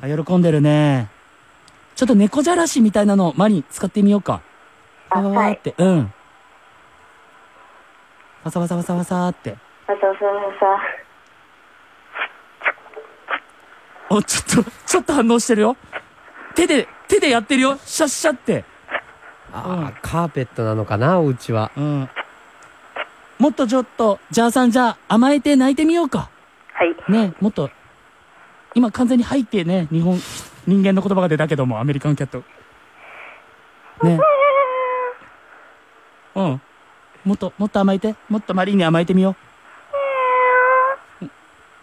あ喜んでるねちょっと猫じゃらしみたいなのマリン使ってみようかあ、はっい。てうんわさわさわさわさーってあと、そうそうそう。お、ちょっと、ちょっと反応してるよ。手で、手でやってるよ。シャッシャって。あーカーペットなのかなお家はうんもっとちょっと、じゃあさんじゃあ甘えて泣いてみようか。はい。ねえもっと、今完全に入ってね、日本、人間の言葉が出たけども、アメリカンキャット。ねえうん。もっと、もっと甘えて。もっとマリンに甘えてみよう。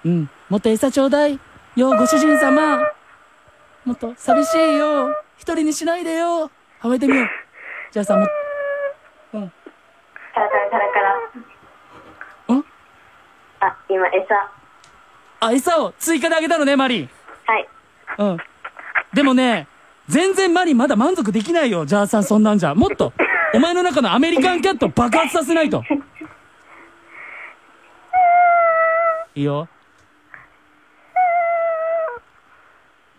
うん。もっと餌ちょうだい。よ、ご主人様。もっと、寂しいよ。一人にしないでよ。甘えてみよう。じゃあさ、もっカラカラカラカラ。んあ、今、餌。あ、餌を追加であげたのね、マリン。はい。うん。でもね、全然マリンまだ満足できないよ、ジャーさんそんなんじゃ。もっと、お前の中のアメリカンキャット爆発させないと。いいよ。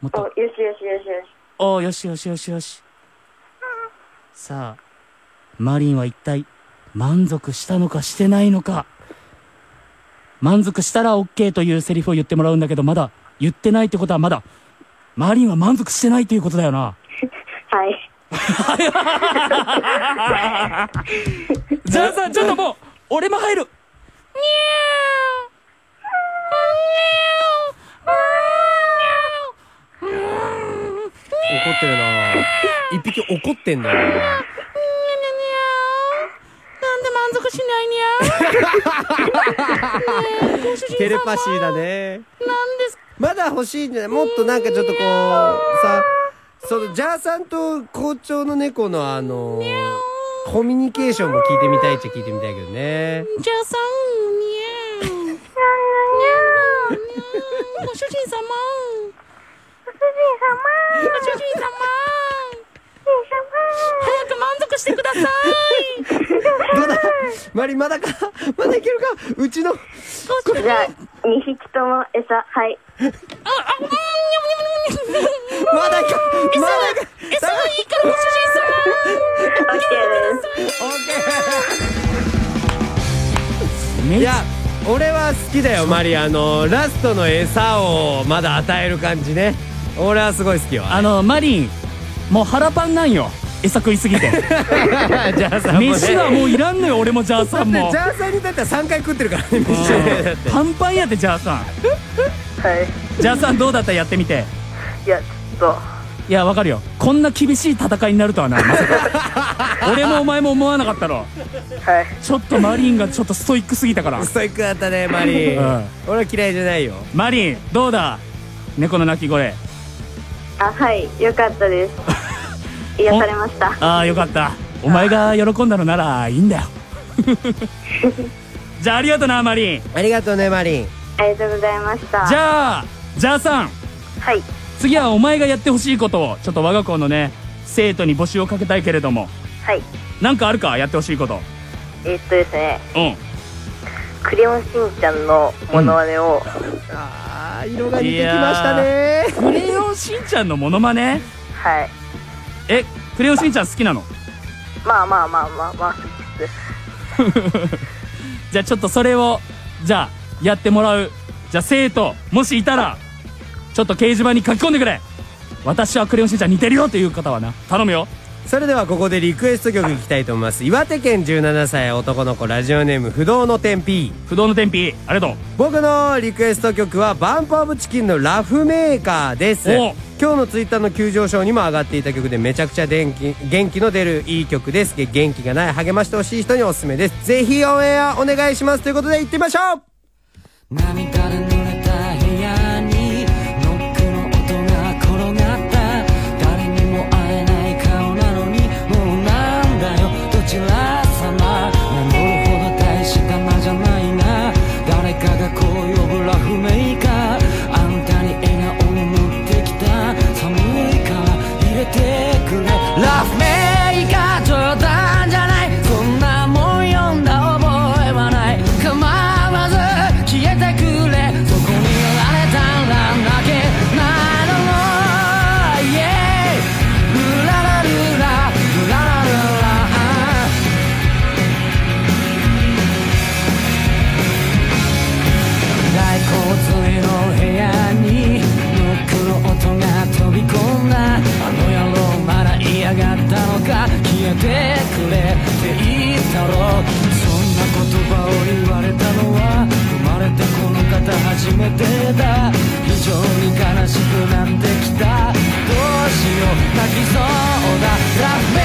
もっと。よしよしよしよし。おーよしよしよしよし。さあ、マリンは一体満足したのかしてないのか。満足したら OK というセリフを言ってもらうんだけど、まだ言ってないってことはまだ、マリンは満足してないっていうことだよな。はい。じゃあさ、ちょっともう、俺も入る。怒ってるな一匹怒ってんだよな。なんで満足しないにゃねえご主人テレパシーだね。なんですまだ欲しいんじゃないもっとなんかちょっとこう、さ、その、ジャーさんと校長の猫のあのーコミュニケーションも聞いてみたいっちゃ聞いてみたいけどね。じゃあさん、にゃー。にゃー。にゃー。ご主人様。ご主人様。ご主人様。早く満足してください。どうだマリンまだかまだいけるかうちの、じゃあ、2匹とも餌、はい。まだいか、まだいか、餌はいいからご主人様。オッケーいや俺は好きだよマリあのラストの餌をまだ与える感じね俺はすごい好きよあの、マリン、もう腹パンなんよ。餌食いす *laughs* ぎて。ジャーさんもね飯はもういらんのよ、俺もジャーさんだっもてジ。ャーさんにだったら3回食ってるからね *laughs* 飯ねだってパンパンやで、ジャーさん。はい。ジャーさんどうだったやってみて。いや、ちょっいや、わかるよ。こんな厳しい戦いになるとはな、まさか。 *laughs* 俺もお前も思わなかったろ。と、はい。ちょっとマリンがちょっとストイックすぎたから。ストイックだったねマリン、うん俺は嫌いじゃないよマリン、どうだ猫の鳴き声。あ、はい。よかったです。 *laughs* 癒されました。ああ、よかった。お前が喜んだのならいいん *laughs* だよ。じゃあ、ありがとな、マリン。ありがとうねマリンありがとうございました。じゃあ、じゃあさん。はい。次はお前がやってほしいことをちょっと我が校のね生徒に募集をかけたいけれどもはい。なんかあるかやってほしいことえーっとですね、うんクレヨンしんちゃんのモノマネを、あー色が似てきましたねクレヨンしんちゃんのモノマネはい。えクレヨンしんちゃん好きなのまあまあまあまあまあ、じゃあちょっとそれをじゃあやってもらうじゃあ生徒もしいたらちょっと掲示板に書き込んでくれ私はクレヨンしんちゃん似てるよという方はな頼むよそれではここでリクエスト曲いきたいと思います岩手県17歳男の子ラジオネーム不動の天 P 不動の天日ありがとう僕のリクエスト曲はバンプオブチキンのラフメーカーですお今日のツイッターの急上昇にも上がっていた曲でめちゃくちゃ電気元気の出るいい曲ですげ元気がない励ましてほしい人におすすめですぜひオンエアお願いしますということで行ってみましょう涙で濡れた部屋にノックの音が転がった誰にも会えない顔なのにもうなんだよどちら様名乗るほど大した名じゃないな誰かがこう呼ぶラフメーカーあんたに笑顔を持ってきた寒いから入れてくれラフメーカー冗談じゃないそんなもん読んだ覚えはない構わず消えてくれそこにいられたら泣けないのも Yeah ルララルラルララルラ大洪水の部屋にノックの音が飛び込んだあの野郎まだ嫌がったのか消えてくれって言ったろそんな言葉を言われたのは生まれてこの方初めてだ非常に悲しくなってきたどうしよう泣きそうだラフメ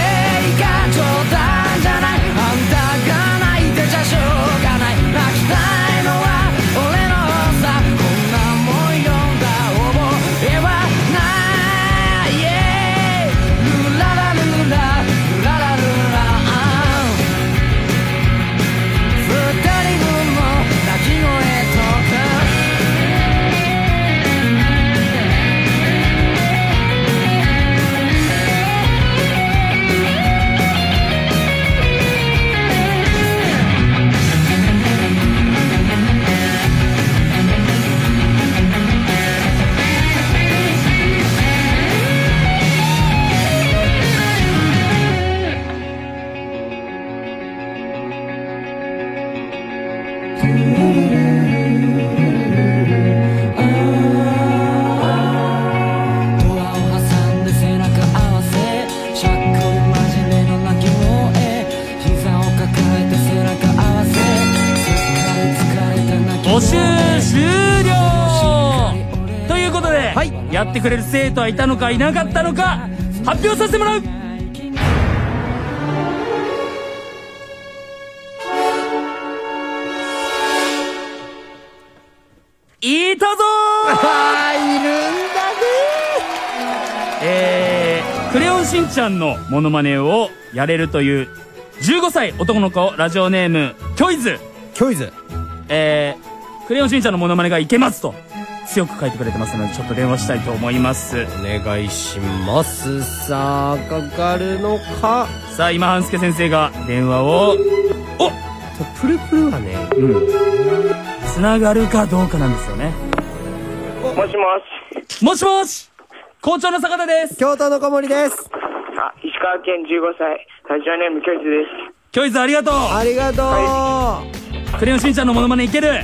ーカー冗談じゃないあんたが泣いてちゃしょうがない泣きたいのは俺のさこんなもん読んだ覚えはない Yeah ルララルラルララルラ二人分の泣き声とか「やってくれる生徒はいたのかいなかったのか発表させてもらういたぞーいるんだねえー、クレヨンしんちゃんのモノマネをやれるという15歳男の子ラジオネームキョイズキョイズえー、クレヨンしんちゃんのモノマネがいけますと強く書いてくれてますのでちょっと電話したいと思いますお願いしますさあかかるのかさあ今半助先生が電話をおプルプルはねうんつながるかどうかなんですよねもしもしもしもし校長の坂田です京都の小森ですあ、石川県15歳、ラジオネーム教室です。キョイズありがとうありがとう、クレヨンしんちゃんのモノマネいける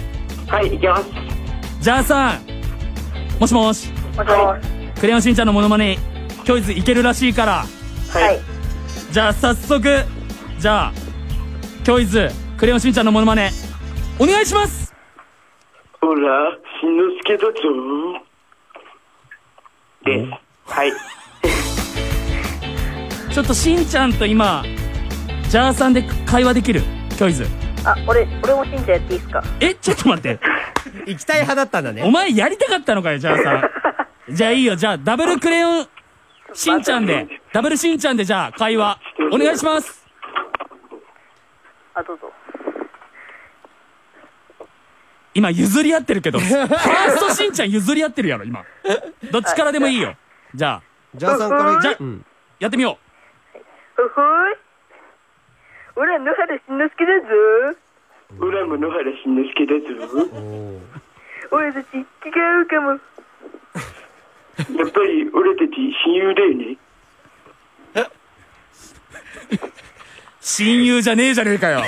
はい、いけます。じゃあさんもしもしもしもクレヨンしんちゃんのモノマネキョイズいけるらしいからはい。じゃあ早速じゃあキョイズクレヨンしんちゃんのモノマネお願いしますほら、しんのすけだぞ。です。はい。ちょっとしんちゃんと今ジャーさんで会話できるキョイズあ、俺、俺もしんちゃんやっていいですかえちょっと待って行きたい派だったんだねお前やりたかったのかよジャーさんじゃあいいよじゃあダブルクレヨンしんちゃんでダブルしんちゃんでじゃあ会話お願いしますあ、どうぞ。今譲り合ってるけどファーストしんちゃん譲り合ってるやろ今どっちからでもいいよじゃあじゃあさんこれじゃあやってみよほほい。俺、野原しんのすけだぞ。うらも野原しんのすけだぞ。俺たち、気が合うかも。やっぱり俺たち親友だよね。う親友じゃねえじゃねえか *laughs* よな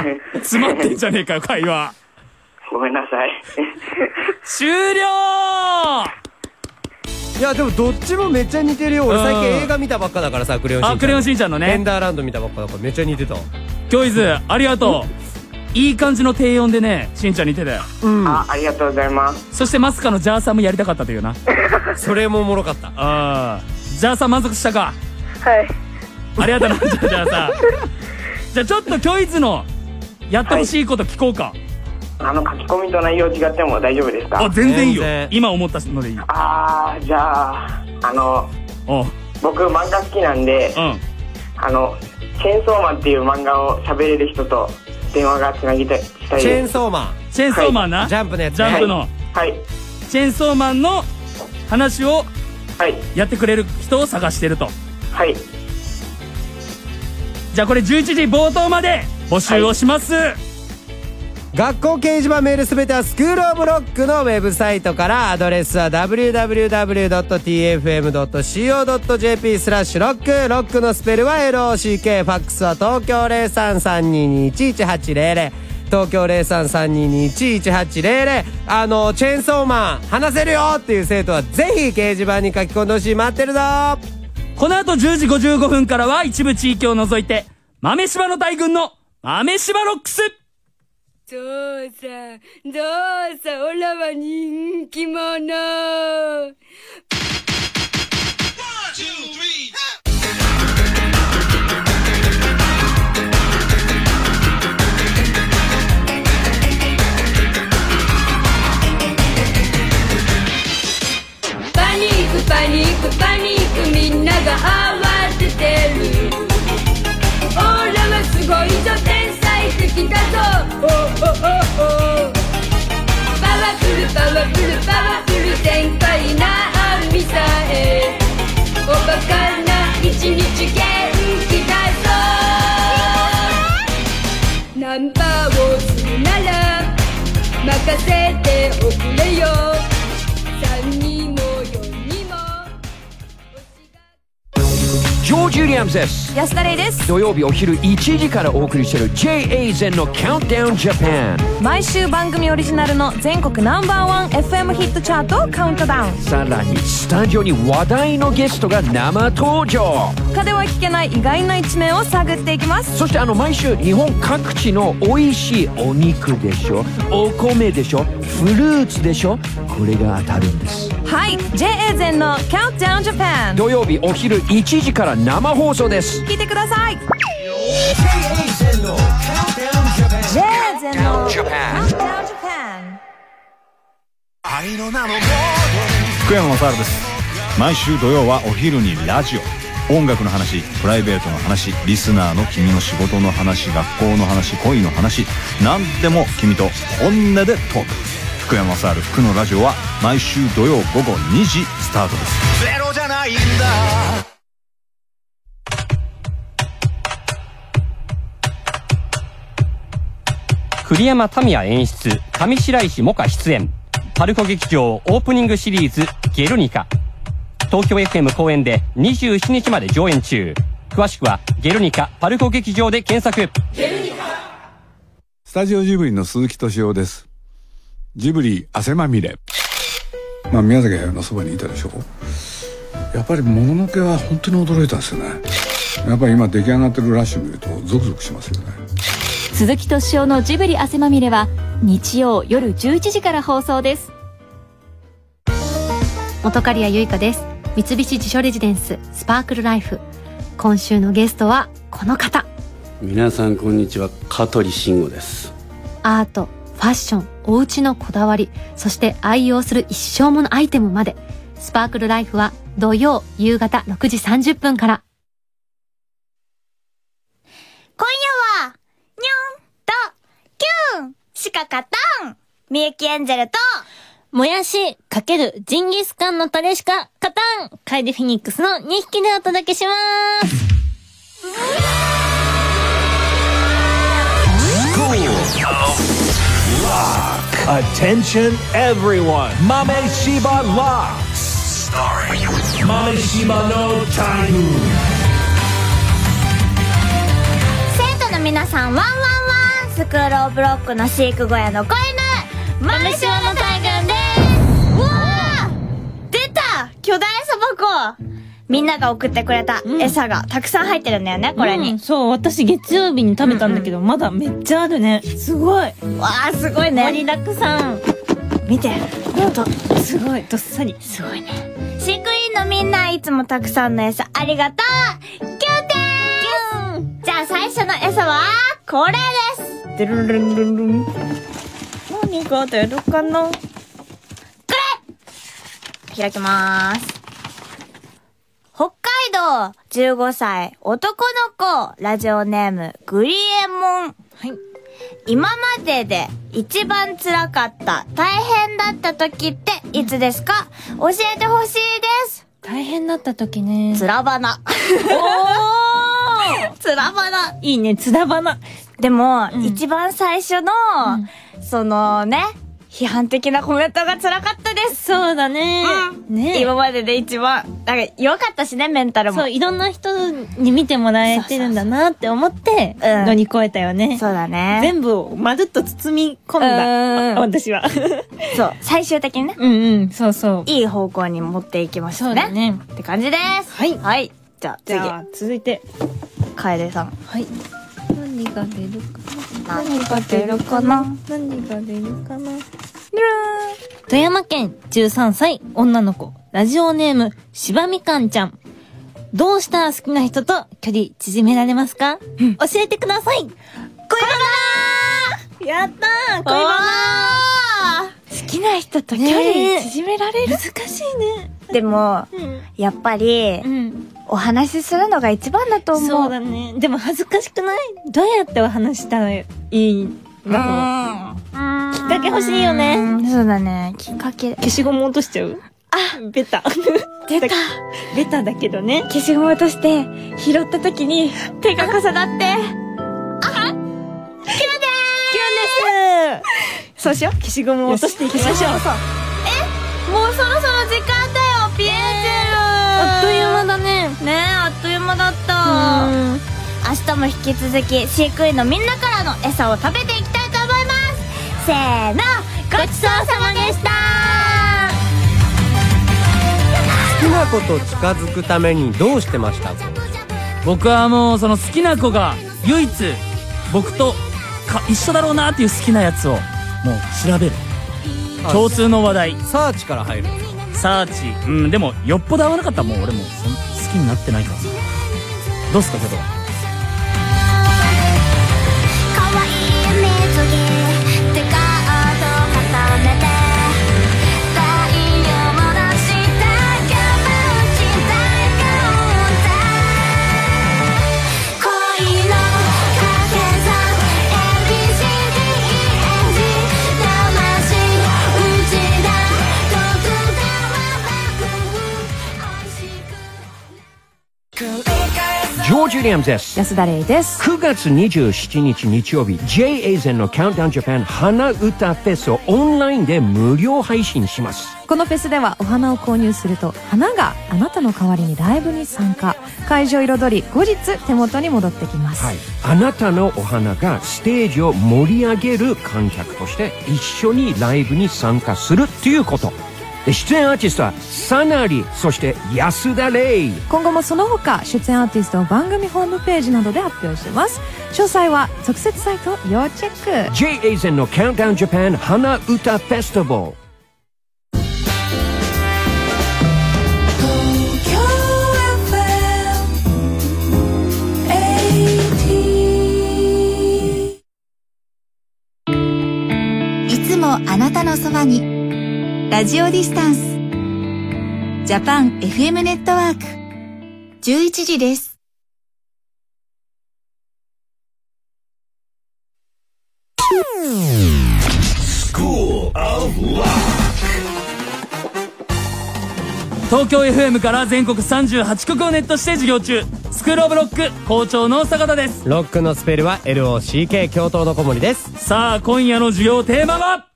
あ詰まってんじゃねえかよ会話ごめんなさい。終了いやでもどっちもめっちゃ似てるよ俺最近映画見たばっかだからさクレヨンしんちゃんあクレヨンしんちゃんのねエンダーランド見たばっかだからめっちゃ似てたキョイズありがとういい感じの低音でねしんちゃん似てたよあ、ありがとうございます。そしてまさかのジャーさんもやりたかったというな *laughs* それもおもろかったああジャーさん満足したかはい。ありがとうなじゃあじゃあさじゃあちょっとキョイズのやってほしいこと聞こうか、あの書き込みと内容違っても大丈夫ですかあ全然いいよ今思ったのでいいよあー、じゃあ、あの、おう僕漫画好きなんで、あの、チェーンソーマンっていう漫画を喋れる人と電話がつなぎたい、したいです。チェーンソーマンチェーンソーマンな、ジャンプのやつねジャンプの、はい、チェーンソーマンの話をはいやってくれる人を探してるとはいじゃあこれ11時冒頭まで募集をします、学校掲示板メールすべてはスクールオブロックのウェブサイトからアドレスは www.tfm.co.jp スラッシュロックロックのスペルは LOCK ファックスは東京0332211800東京0332211800あのチェーンソーマン話せるよっていう生徒はぜひ掲示板に書き込んでほしい待ってるぞこの後10時55分からは一部地域を除いて豆柴の大群の豆柴ロックス父さん、父さん、オラは人気者。パニック、パニック、パニック、みんなが慌ててる。オーラはすごいぞ天才的だぞおおおおパワフルパワフルパワフル全開なミサえおバカな一日元気だぞナンバーをするなら任せておくれよ3にも4にもジョージ・ウィリアムズです安田玲です土曜日お昼1時からお送りしている JA 全の Countdown Japan 毎週番組オリジナルの全国ナンバーワン FM ヒットチャートをカウントダウンさらにスタジオに話題のゲストが生登場他では聞けない意外な一面を探っていきますそしてあの毎週日本各地の美味しいお肉でしょお米でしょフルーツでしょこれが当たるんですはい JA 全の「Countdown Japan 土曜日お昼1時から生放送です」聞いてください JA 全の Countdown Japan 福山雅治です毎週土曜はお昼にラジオ音楽の話プライベートの話リスナーの君の仕事の話学校の話恋の話何でも君と本音でトーク福山雅治福のラジオは毎週土曜午後2時スタートですゼロじゃないんだ栗山民也演出上白石萌歌出演パルコ劇場オープニングシリーズ「ゲルニカ」東京 FM 公演で27日まで上演中詳しくは「ゲルニカパルコ劇場」で検索スタジオジブリの鈴木敏夫です。ジブリ汗まみれ。まあ宮崎駿のそばにいたでしょやっぱりもののけは本当に驚いたんですよね。やっぱり今出来上がってるラッシュ見るとゾクゾクしますよね。鈴木敏夫のジブリ汗まみれは日曜夜11時から放送です本刈谷由衣香です三菱自所レジデンススパークルライフ今週のゲストはこの方皆さんこんにちは香取慎吾ですアートファッションおうちのこだわりそして愛用する一生ものアイテムまでスパークルライフは土曜夕方6時30分から今夜は、にょんと、キュンしか勝たんみゆきエンジェルと、もやしかけるジンギスカンのタレしか勝たんカイデフィニックスの2匹でお届けします Attention everyone. Mame Shiba Locks. Starring Mame Shiba no Tainu. 生徒の皆さん、ワンワンワンスクールオブロックの飼育小屋の子犬豆島の大群ですうわー出た巨大そば粉みんなが送ってくれた餌がたくさん入ってるんだよね、これに。うんそう私月曜日に食べたんだけど、まだめっちゃあるねすごいわあすごいね盛りだくさん見てほんとすごいどっさりすごいね飼育員のみんないつもたくさんの餌ありがとうキュンですじゃあ最初の餌はこれですでるるんるんるん何が出るかな開きまーす。北海道15歳男の子ラジオネームグリエモン。今までで一番辛かった大変だった時っていつですか教えてほしいです。大変だった時ねつらばな。 *laughs* つらばな。いいねつらばなでも、一番最初の、そのね、批判的なコメントが辛かったです。そうだね。ね今までで一番、なんか弱かったしね、メンタルも。そういろんな人に見てもらえてるんだなって思って乗り越えたよね、そうだね全部をまるっと包み込んうんだあ私は *laughs* そう、最終的にね、うんうんそうそういい方向に持っていきましたそうね。だねって感じです。はい。はい。じゃあじ次、ゃあ続いて楓さん。はい何が出るかな何が出るかな何が出るかな富山県13歳女の子ラジオネームしばみかんちゃんどうしたら好きな人と距離縮められますか、教えてください恋バナやったー恋バナ好きな人と距離縮められる、難しいねでも、やっぱり、お話しするのが一番だと思う。そうだねでも恥ずかしくないどうやってお話したらいいのうんきっかけ欲しいよねうんそうだね。きっかけ。消しゴム落としちゃうあベタ。出た。ベタだけどね。消しゴム落として、拾った時に手が重なって、あ *laughs* キュンですそうしよう。消しゴムを落としていきましょう。そうそうもうそろそろ時間だよ、ピエンジェル。あっという間だね。ねえ、あっという間だった。明日も引き続き飼育員のみんなからの餌を食べていきたいと思います。せーの、ごちそうさまでした。好きな子と近づくためにどうしてました僕はもうその好きな子が唯一僕とか一緒だろうなっていう好きなやつをもう調べる共通の話題サーチから入るサーチうんでもよっぽど合わなかったらもう俺もうそん好きになってないからなどうすか佐藤デカード固めて太陽の下が無事大混乱恋の掛け算 ABCDEFG 魂打ちだ徳ジョージ・ウィリアムズです。安田玲です。 9月27日日曜日、JA ゼンのカウントダウンジャパン花歌フェスをオンラインで無料配信します。このフェスではお花を購入すると花があなたの代わりにライブに参加会場彩り後日手元に戻ってきます、はい、あなたのお花がステージを盛り上げる観客として一緒にライブに参加するっていうことで出演アーティストはサナリそして安田玲今後もその他出演アーティストを番組ホームページなどで発表します詳細は特設サイトを要チェック JA ゼンの「カウントダウンジャパン花歌フェスティバル」いつもあなたのそばに。ラジオディスタンス。ジャパン FM ネットワーク。11時です。 School of Lock. 東京 FM から全国38局をネットして授業中スクールオブロック校長の坂田ですロックのスペルは LOCK 教頭の小森ですさあ今夜の授業テーマは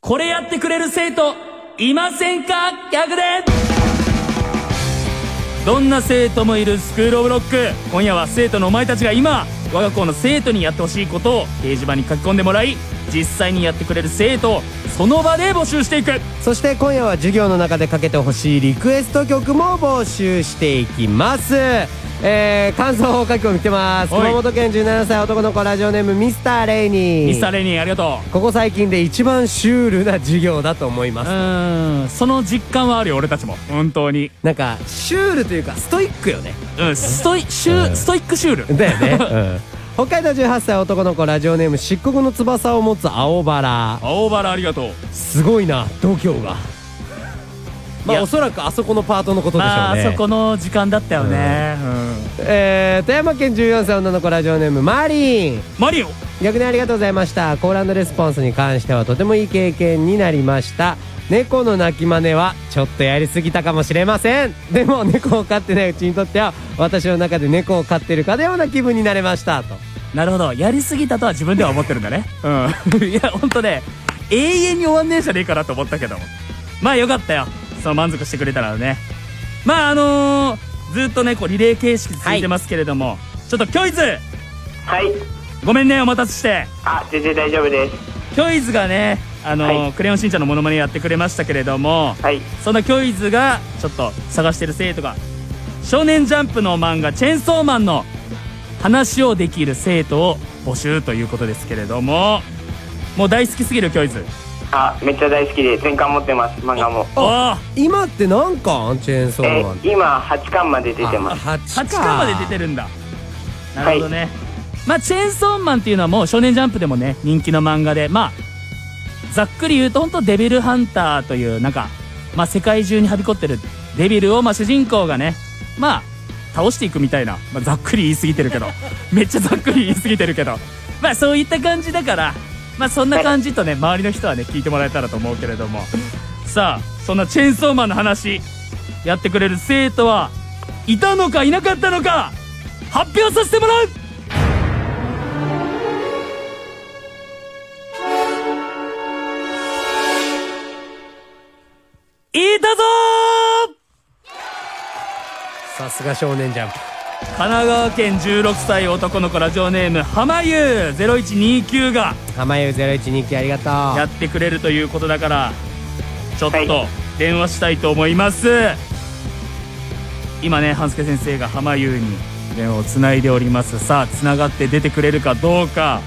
これやってくれる生徒いませんか逆でどんな生徒もいるスクールオブロック今夜は生徒のお前たちが今我が校の生徒にやってほしいことを掲示板に書き込んでもらい実際にやってくれる生徒をその場で募集していくそして今夜は授業の中でかけてほしいリクエスト曲も募集していきますえー、感想を書き込み来てますはい熊本県17歳男の子ラジオネームミスターレイニーミスターレイニーありがとここ最近で一番シュールな授業だと思いますうんその実感はあるよ俺たちも本当になんかシュールというかストイックよねうんストイシューストイックシュールだよ *laughs* ね、うん北海道18歳男の子ラジオネーム漆黒の翼を持つ青バラ青バラありがとうすごいな度胸がまあおそらくあそこのパートのことでしょうね、まあそこの時間だったよね、えー、富山県14歳女の子ラジオネームマリンマリン逆にありがとうございましたコールレスポンスに関してはとてもいい経験になりました猫の鳴き真似はちょっとやりすぎたかもしれませんでも猫を飼ってないうちにとっては私の中で猫を飼ってるかのような気分になれましたとなるほどやりすぎたとは自分では思ってるんだねうん *laughs* いや本当ね永遠に終わんねえじゃねえかなと思ったけどもまあよかったよその満足してくれたらねまああのー、ずっとねこうリレー形式続いてますけれども、ちょっとキョイズはいごめんねお待たせしてあ全然大丈夫ですキョイズがねあのーはいクレヨンしんちゃんのモノマネやってくれましたけれども、そのキョイズがちょっと探してる生徒が少年ジャンプの漫画「チェンソーマン」の話をできる生徒を募集ということですけれどももう大好きすぎるキョイズあめっちゃ大好きで全巻持ってます漫画もあ今って何巻チェーンソーえマンって今8巻まで出てます8巻まで出てるんだなるほどね、まあチェーンソーマンっていうのはもう少年ジャンプでもね人気の漫画でまあざっくり言うと本当デビルハンターというなんか、まあ、世界中にはびこってるデビルをまあ主人公がねまあ倒していくみたいな、まあ、ざっくり言い過ぎてるけどめっちゃざっくり言い過ぎてるけどまあそういった感じだからまあそんな感じとね周りの人はね聞いてもらえたらと思うけれどもさあそんなチェーンソーマンの話やってくれる生徒はいたのかいなかったのか発表させてもらういたぞさすが少年ジャンプ神奈川県16歳男の子ラジオネーム浜湯0129が浜湯0129ありがとうやってくれるということだからちょっと電話したいと思います、今ね半助先生が浜湯に電話をつないでおりますさあつながって出てくれるかどうか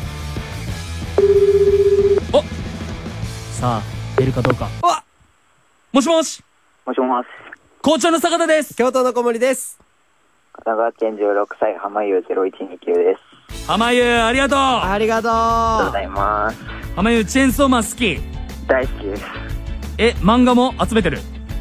おさあ出るかどうかもしもしもしもし。校長の坂田です。京都の小森です。神奈川県16歳、浜湯0129です。浜湯、ありがとうありがとうありがとうあございます。浜湯、チェーンソーマン好き大好きです。え、漫画も集めてる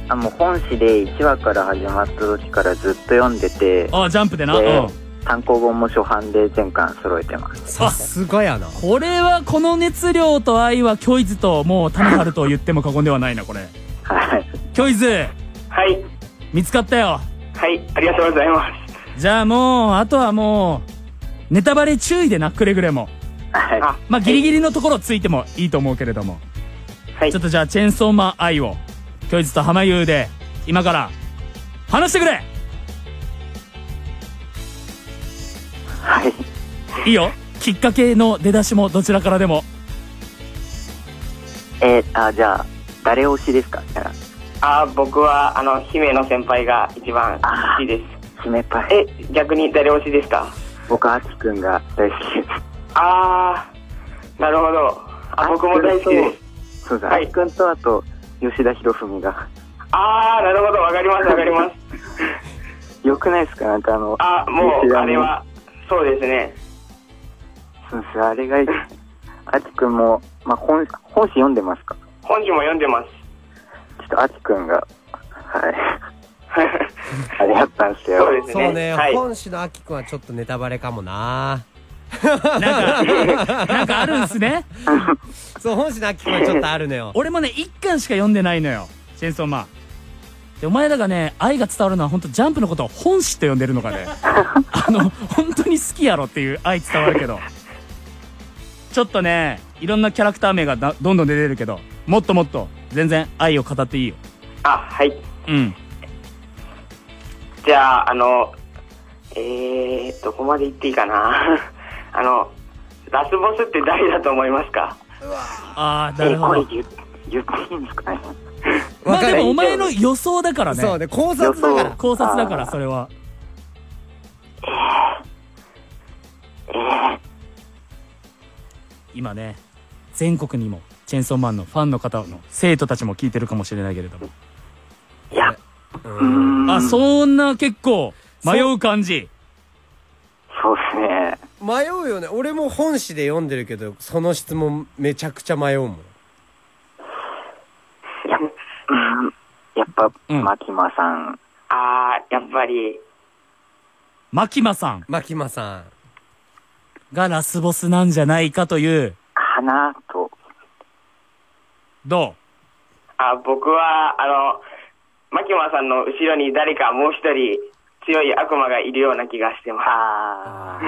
あ、もう本誌で1話から始まった時からずっと読んでて、あ、ジャンプでな。でうん。単行本も初版で全巻揃えてます。さすがやな。これは、この熱量と愛は、キョイズと、もう、タナハルと言っても過言ではないな、これ。はい。キョイズはい。見つかったよ。はい、ありがとうございます。じゃあもう、あとはもう、ネタバレ注意でな、くれぐれも。はい。まあ、ギリギリのところついてもいいと思うけれども。はい。ちょっとじゃあ、チェーンソーマン愛を、キョイズと浜優で、今から、話してくれはい。いいよ。きっかけの出だしもどちらからでも。えーあ、じゃあ、誰推しですかあー僕はあの姫の先輩が一番好きです姫パイ。え逆に誰推しですか僕、あきくんが大好きです。。ああなるほどあ僕も大好きですそうだ、あきくんとあと、吉田博文が。すああなるほどわかりますわか *laughs* りますよくないですかなんかあの、あも吉う田のあれはそうですねそうですあれ *laughs* がいい。あきくんも、まあ、本、本誌読んでますか本誌も読んでますちょっとあきくんが、はい。あれやったんですよ。そうね、はい。本誌のあきくんはちょっとネタバレかもな。なんかあるんすね。そう、 *laughs* 本誌のあきくんはちょっとあるの *laughs* よ。俺もね、一巻しか読んでないのよ。チェーンソーマン。で、お前らがね、愛が伝わるのは本当ジャンプのことを本誌と呼んでるの *laughs* がね、あの、本当に好きやろっていう愛伝わるけど。ちょっとね、いろんなキャラクター名がなどんどん出てるけど、もっともっと、全然愛を語っていいよ。あはいうん。じゃああのえー、どこまで行っていいかな *laughs* あのラスボスって誰だと思いますかああ、なるほど。言っていいんですかねまあでもお前の予想だからね。そうね考察だから予想考察だから、それは。今ね、全国にも、チェンソーマンのファンの方の生徒たちも聞いてるかもしれないけれども。いや、あ、そんな結構、迷う感じ。そうですね。迷うよね。俺も本誌で読んでるけど、その質問めちゃくちゃ迷うもん。やっぱ、牧間さん。ああやっぱりマキマさん。マキマさん。がラスボスなんじゃないかという。かなと。どあ僕はあの牧間さんの後ろに誰かもう一人強い悪魔がいるような気がしてますあ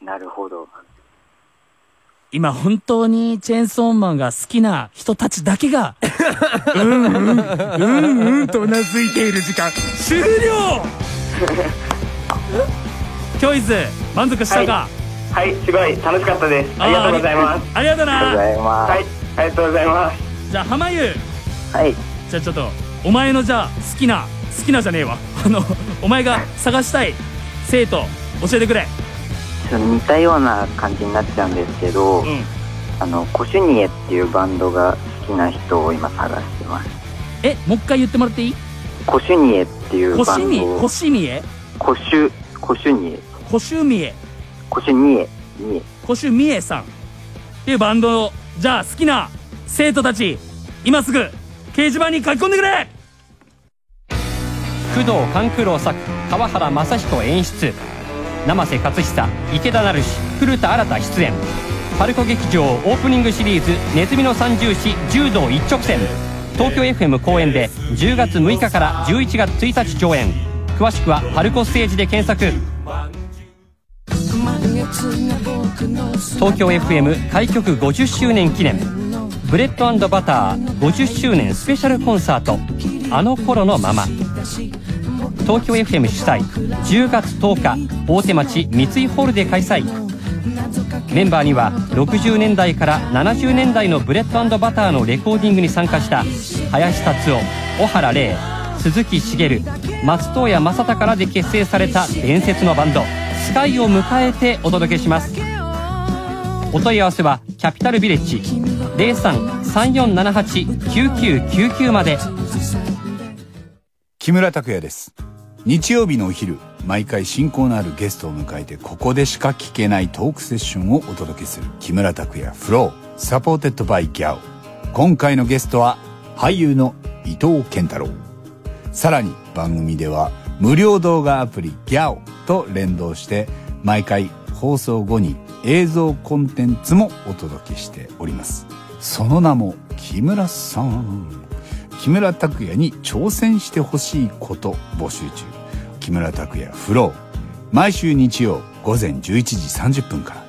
なるほど。う今本当にチェーンソーマンが好きな人たちだけが、 *laughs* うんうん、うんうんとうなずいている時間、終 *laughs* 了キョイズ、満足したか、はいすごい楽しかったですありがとうございますありがとうなはいありがとうございますじゃあ浜湯はいじゃあちょっとお前のじゃあ好きな好きなじゃねえわあのお前が探したい生徒教えてくれちょっと似たような感じになっちゃうんですけど、あの、コシュニエっていうバンドが好きな人を今探してます。えもう一回言ってもらっていいコシュニエっていうコバシンミドをコシミエコシュ、コシュニエ。コシュミエコシュニエ、ニエ。コシュミエさんっていうバンドをじゃあ好きな生徒たち今すぐ掲示板に書き込んでくれ工藤官九郎作川原正彦演出生瀬勝久池田成志古田新太出演パルコ劇場オープニングシリーズ「ネズミの三重師柔道一直線」東京 FM 公演で10月6日から11月1日上演詳しくはパルコステージで検索東京 FM 開局50周年記念ブレッドバター50周年スペシャルコンサート「あの頃のまま」東京 FM 主催10月10日大手町三井ホールで開催メンバーには60年代から70年代のブレッドバターのレコーディングに参加した林達夫小原玲鈴木茂松任谷正隆らで結成された伝説のバンドスカイを迎えてお届けしますお問い合わせはキャピタルビレッジ0334789999まで木村拓哉です日曜日のお昼毎回親交のあるゲストを迎えてここでしか聞けないトークセッションをお届けする木村拓哉フローサポーテッドバイギャオ今回のゲストは俳優の伊藤健太郎さらに番組では無料動画アプリギャオと連動して毎回放送後に映像コンテンツもお届けしておりますその名も木村さん木村拓哉に挑戦してほしいこと募集中木村拓哉フロー毎週日曜午前11時30分から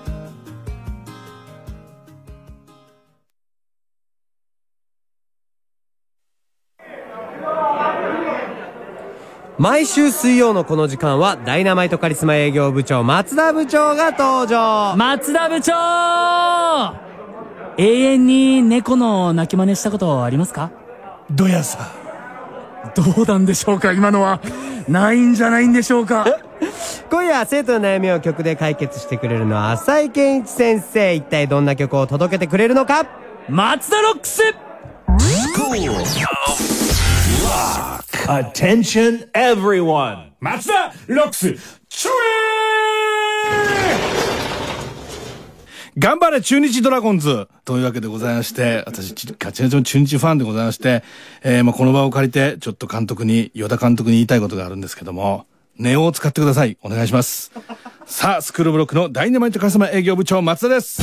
毎週水曜のこの時間は、ダイナマイトカリスマ営業部長、松田部長が登場松田部長 *laughs* 永遠に猫の鳴き真似したことありますかどやさどうなんでしょうか今のはないんじゃないんでしょうか今夜、生徒の悩みを曲で解決してくれるのは、浅井健一先生。一体どんな曲を届けてくれるのか松田ロックス Attention everyone! 松田ロックスチュエー頑張れ中日ドラゴンズというわけでございまして、私、ちガチガチの中日ファンでございまして、えーまあこの場を借りて、ちょっと監督に、与田監督に言いたいことがあるんですけども、ネオを使ってください。お願いします。さあ、スクールブロックのダイナマイトカスタマー営業部長、松田です。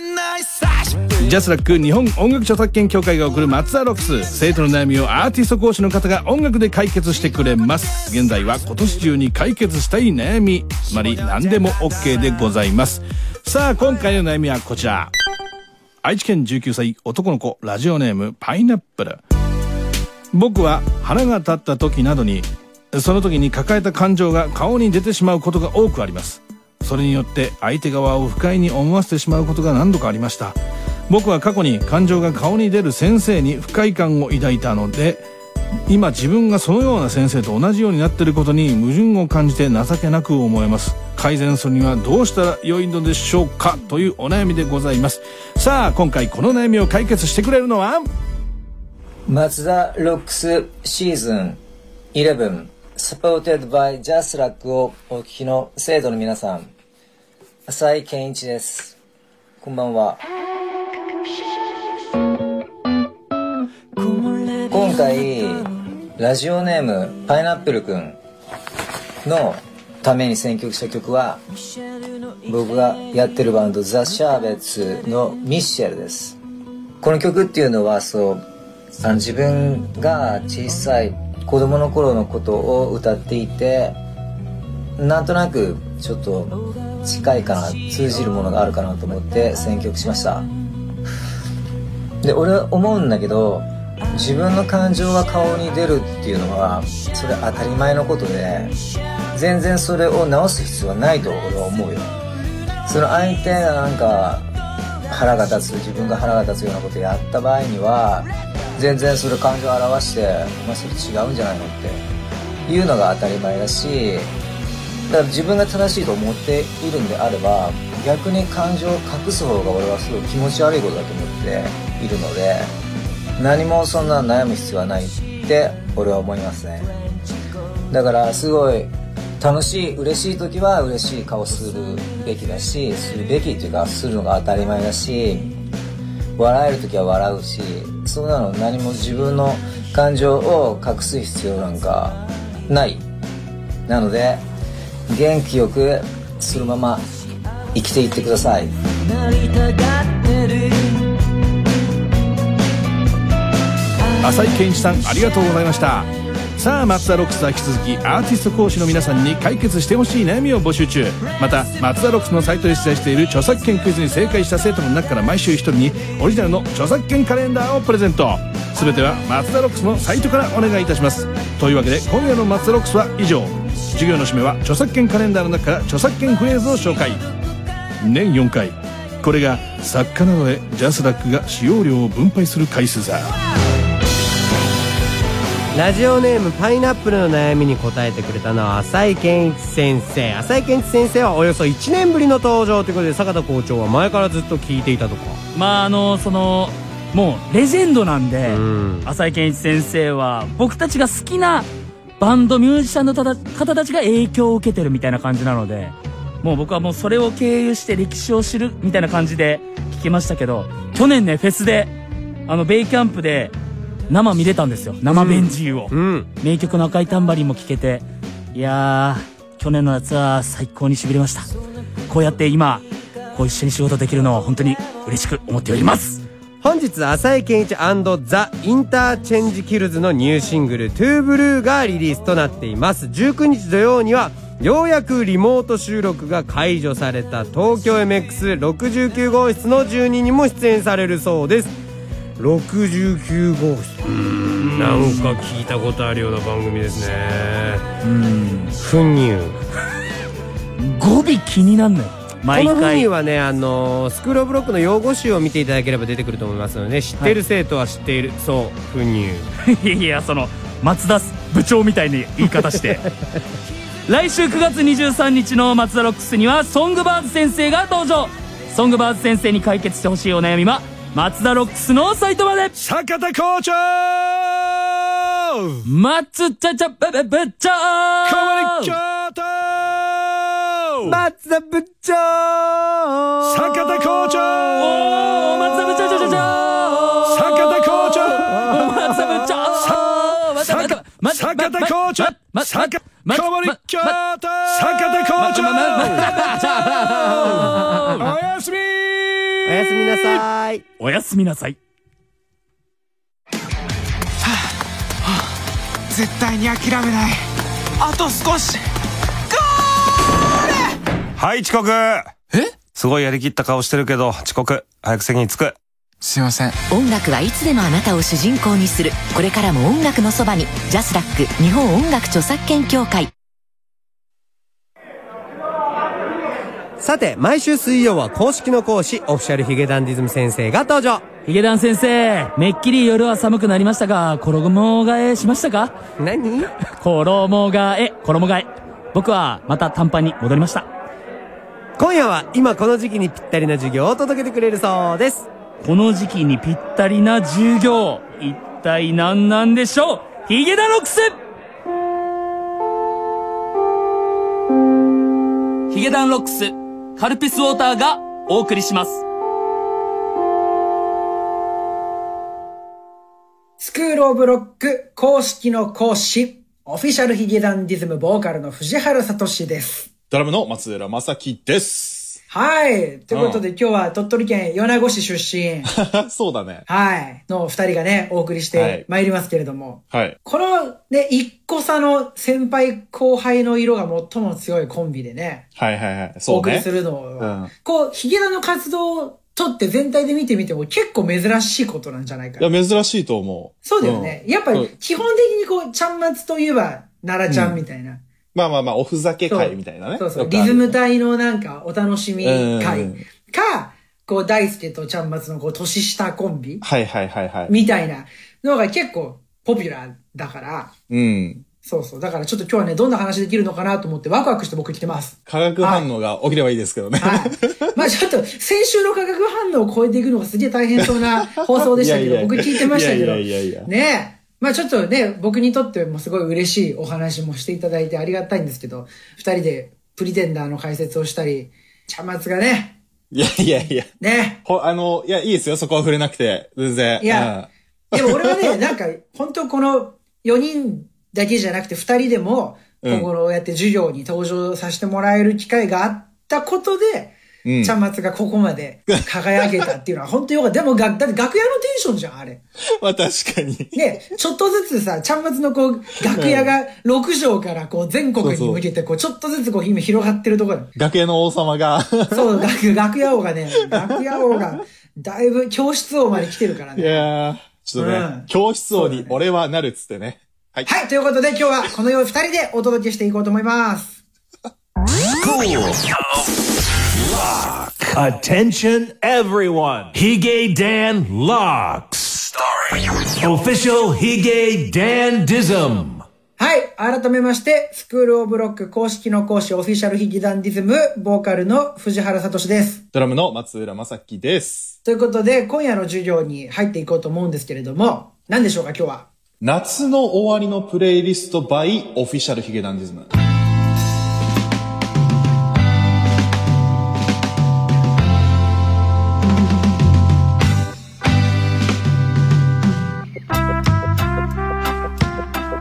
ジャスラック日本音楽著作権協会が送る松田ロックス生徒の悩みをアーティスト講師の方が音楽で解決してくれます現在は今年中に解決したい悩みつまり何でも OK でございますさあ今回の悩みはこちら愛知県19歳男の子ラジオネームパイナップル僕は腹が立った時などにその時に抱えた感情が顔に出てしまうことが多くありますそれによって相手側を不快に思わせてしまうことが何度かありました僕は過去に感情が顔に出る先生に不快感を抱いたので今自分がそのような先生と同じようになっていることに矛盾を感じて情けなく思えます改善するにはどうしたら良いのでしょうかというお悩みでございますさあ今回この悩みを解決してくれるのはマツダロックスシーズン11サポーテッドバイジャスラックをお聞きの生徒の皆さん浅井健一ですこんばんは今回ラジオネームパイナップルくんのために選曲した曲は僕がやってるバンドザ・シャーベッツのミッシェルですこの曲っていうのはそうあの自分が小さい子供の頃のことを歌っていてなんとなくちょっと近いかな通じるものがあるかなと思って選曲しましたで俺は思うんだけど自分の感情が顔に出るっていうのはそれ当たり前のことで全然それを直す必要はないと俺は思うよその相手がなんか腹が立つ自分が腹が立つようなことやった場合には全然それ感情を表して「お前それ違うんじゃないの?」っていうのが当たり前だしだから自分が正しいと思っているんであれば逆に感情を隠す方が俺はすごい気持ち悪いことだと思っているので何もそんな悩む必要はないって俺は思いますねだからすごい楽しい嬉しい時は嬉しい顔するべきだしするべきっていうかするのが当たり前だし笑える時は笑うしそんなの何も自分の感情を隠す必要なんかないなので元気よくそのまま生きていってくださいなりたがってる浅井健一さんありがとうございましたさあ松田ロックスは引き続きアーティスト講師の皆さんに解決してほしい悩みを募集中また松田ロックスのサイトで出題している著作権クイズに正解した生徒の中から毎週1人にオリジナルの著作権カレンダーをプレゼント全ては松田ロックスのサイトからお願いいたしますというわけで今夜の松田ロックスは以上授業の締めは著作権カレンダーの中から著作権フレーズを紹介年4回これが作家などでジャスラックが使用料を分配する回数だラジオネームパイナップルの悩みに答えてくれたのは浅井健一先生浅井健一先生はおよそ1年ぶりの登場ということで坂田校長は前からずっと聞いていたとかまああのそのもうレジェンドなんで、浅井健一先生は僕たちが好きなバンドミュージシャンのたた方たちが影響を受けてるみたいな感じなのでもう僕はもうそれを経由して歴史を知るみたいな感じで聞きましたけど去年ねフェスであのベイキャンプで生見れたんですよ生ベンジーを、名曲の赤いタンバリンも聴けていやー去年の夏は最高にしびれましたこうやって今こう一緒に仕事できるのを本当に嬉しく思っております本日浅井健一ザ・インターチェンジ・キルズのニューシングル「トゥーブルー」がリリースとなっています19日土曜にはようやくリモート収録が解除された東京 MX69 号室の住人にも出演されるそうです69号室うーんなんか聞いたことあるような番組ですねうん不入語尾気になんのよ毎この風回にはね、あのースクロールオブロックの用語集を見ていただければ出てくると思いますので知っている生徒は知っている、そう不入 *laughs* いやいやその松田部長みたいに言い方して *laughs* *laughs* 来週9月23日のマツダロックスにはソングバーズ先生が登場ソングバーズ先生に解決してほしいお悩みはマツダロックスのサイトまで坂田校長松田ちゃぶぶ部長川西松田部長坂田校長おー松田部長長長坂田校長松田部長坂田坂田校長坂田川西京都坂田校長おやすみおやすみなさいおやすみなさい絶対に諦めないあと少しはい、遅刻えすごいやりきった顔してるけど、遅刻。早く席に着く。すいません。音楽はいつでもあなたを主人公にするこれからも音楽のそばに「ジャスラック日本音楽著作権協会」さて毎週水曜は公式の講師オフィシャルヒゲダンディズム先生が登場ヒゲダン先生めっきり夜は寒くなりましたが衣替えしましたか何衣替え衣替え僕はまた短パンに戻りました今夜は今この時期にぴったりな授業を届けてくれるそうですこの時期にぴったりな授業一体何なんでしょうヒゲダロックスヒゲダンロックスカルピスウォーターがお送りしますスクールオブロック公式の講師、オフィシャルヒゲダンディズムボーカルの藤原聡です。ドラムの松浦正樹です。はい。ということで、今日は鳥取県米子市出身、 *laughs* そうだね。はい。の二人がね、お送りしはてい参りますけれども、はい。このね、一個差の先輩後輩の色が最も強いコンビでね、はいはいはい。おそう送りね。するのを、うん。こう、ヒゲダンの活動をとって全体で見てみても結構珍しいことなんじゃないかいや、珍しいと思う。そうだよね。うんやっぱうりん基本的にこう、ちゃんまつといえば、奈良ちゃんみたいな。まあまあまあ、おふざけ会みたいなね。そうそよう。くあリズるム隊のなんか、お楽しみうん会か、こう、大輔とちゃんまつのこう、年下コンビはいはいはいはい。みたいなのが結構ポピュラーだから、うん。そうそう。だからちょっと今日はね、どんな話できるのかなと思ってワクワクして僕来て *laughs* ます。化学反応が起きればいいですけどね。まあちょっと、先週の化学反応を超えていくのがすげえ大変そうな放送でしたけいやど、いや僕聞いてましたけど、いやいやいやいやねえ。まあちょっとね、僕にとってもすごい嬉しいお話もしていただいてありがたいんですけど、二人でプリテンダーの解説をしたり、茶松がね、いやいやいや。ね。ほ、あの、いや、いいですよ。そこは触れなくて。全然。いやでも俺は *laughs* ね、なんか、本当この4人だけじゃなくて2人でも、うん今後こうやって授業に登場させてもらえる機会があったことで、うんちゃんまつがここまで輝けたっていうのは *laughs* 本当よかった。でもが、だって楽屋のテンションじゃん、あれ。うん。まあ確かに。ね、ちょっとずつさ、ちゃんまつのこう、楽屋が6畳からこう全国に向けて、こう、ちょっとずつこう、今広がってるところ。学園の王様が。そう、楽、楽屋王がね、楽屋王が、だいぶ教室王まで来てるからねい。やー、ちょっとね、うん教室王に俺はなるっつってね。はい。はい、ということで今日はこのように2人でお届けしていこうと思います。 Attention everyone. Hige Dan Locks. Official Hige Dan Dism. はい。改めまして、スクールオブロック公式の講師オフィシャルヒゲダンディズム、ボーカルの藤原聡です。ドラムの松浦正樹です。ということで、今夜の授業に入っていこうと思うんですけれども、何でしょうか、今日は。夏の終わりのプレイリスト by オフィシャルヒゲダンディズム。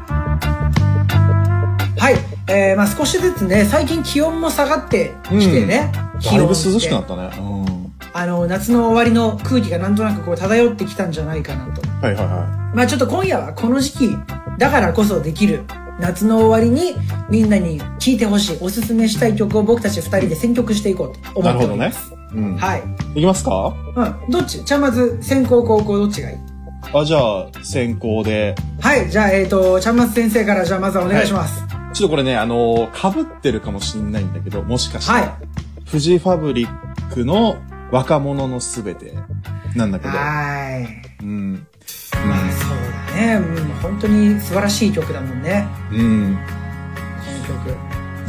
はい。えー、まあ少しずつね、最近気温も下がってきてね。だいぶ涼しくなったね。うん。あの、夏の終わりの空気がなんとなくこう漂ってきたんじゃないかなと。はいはいはまあちょっと今夜はこの時期だからこそできる夏の終わりにみんなに聴いてほしいおすすめしたい曲を僕たち二人で選曲していこうとい。思なっるてほおりどまねす。。うん。はい。いきますかうん。どっちじゃあまず先行後攻どっちがいいあ、じゃあ、先行で。はい。じゃあ、えっ、と、ちゃんまつ先生からじゃあまずはお願いします。ちょっとこれね、あのー被ってるかもしんないんだけど、もしかしたら。フジファブリックの若者のすべてなんだけど。はい。うん。ねうん、本当に素晴らしい曲だもんね。うん。この曲。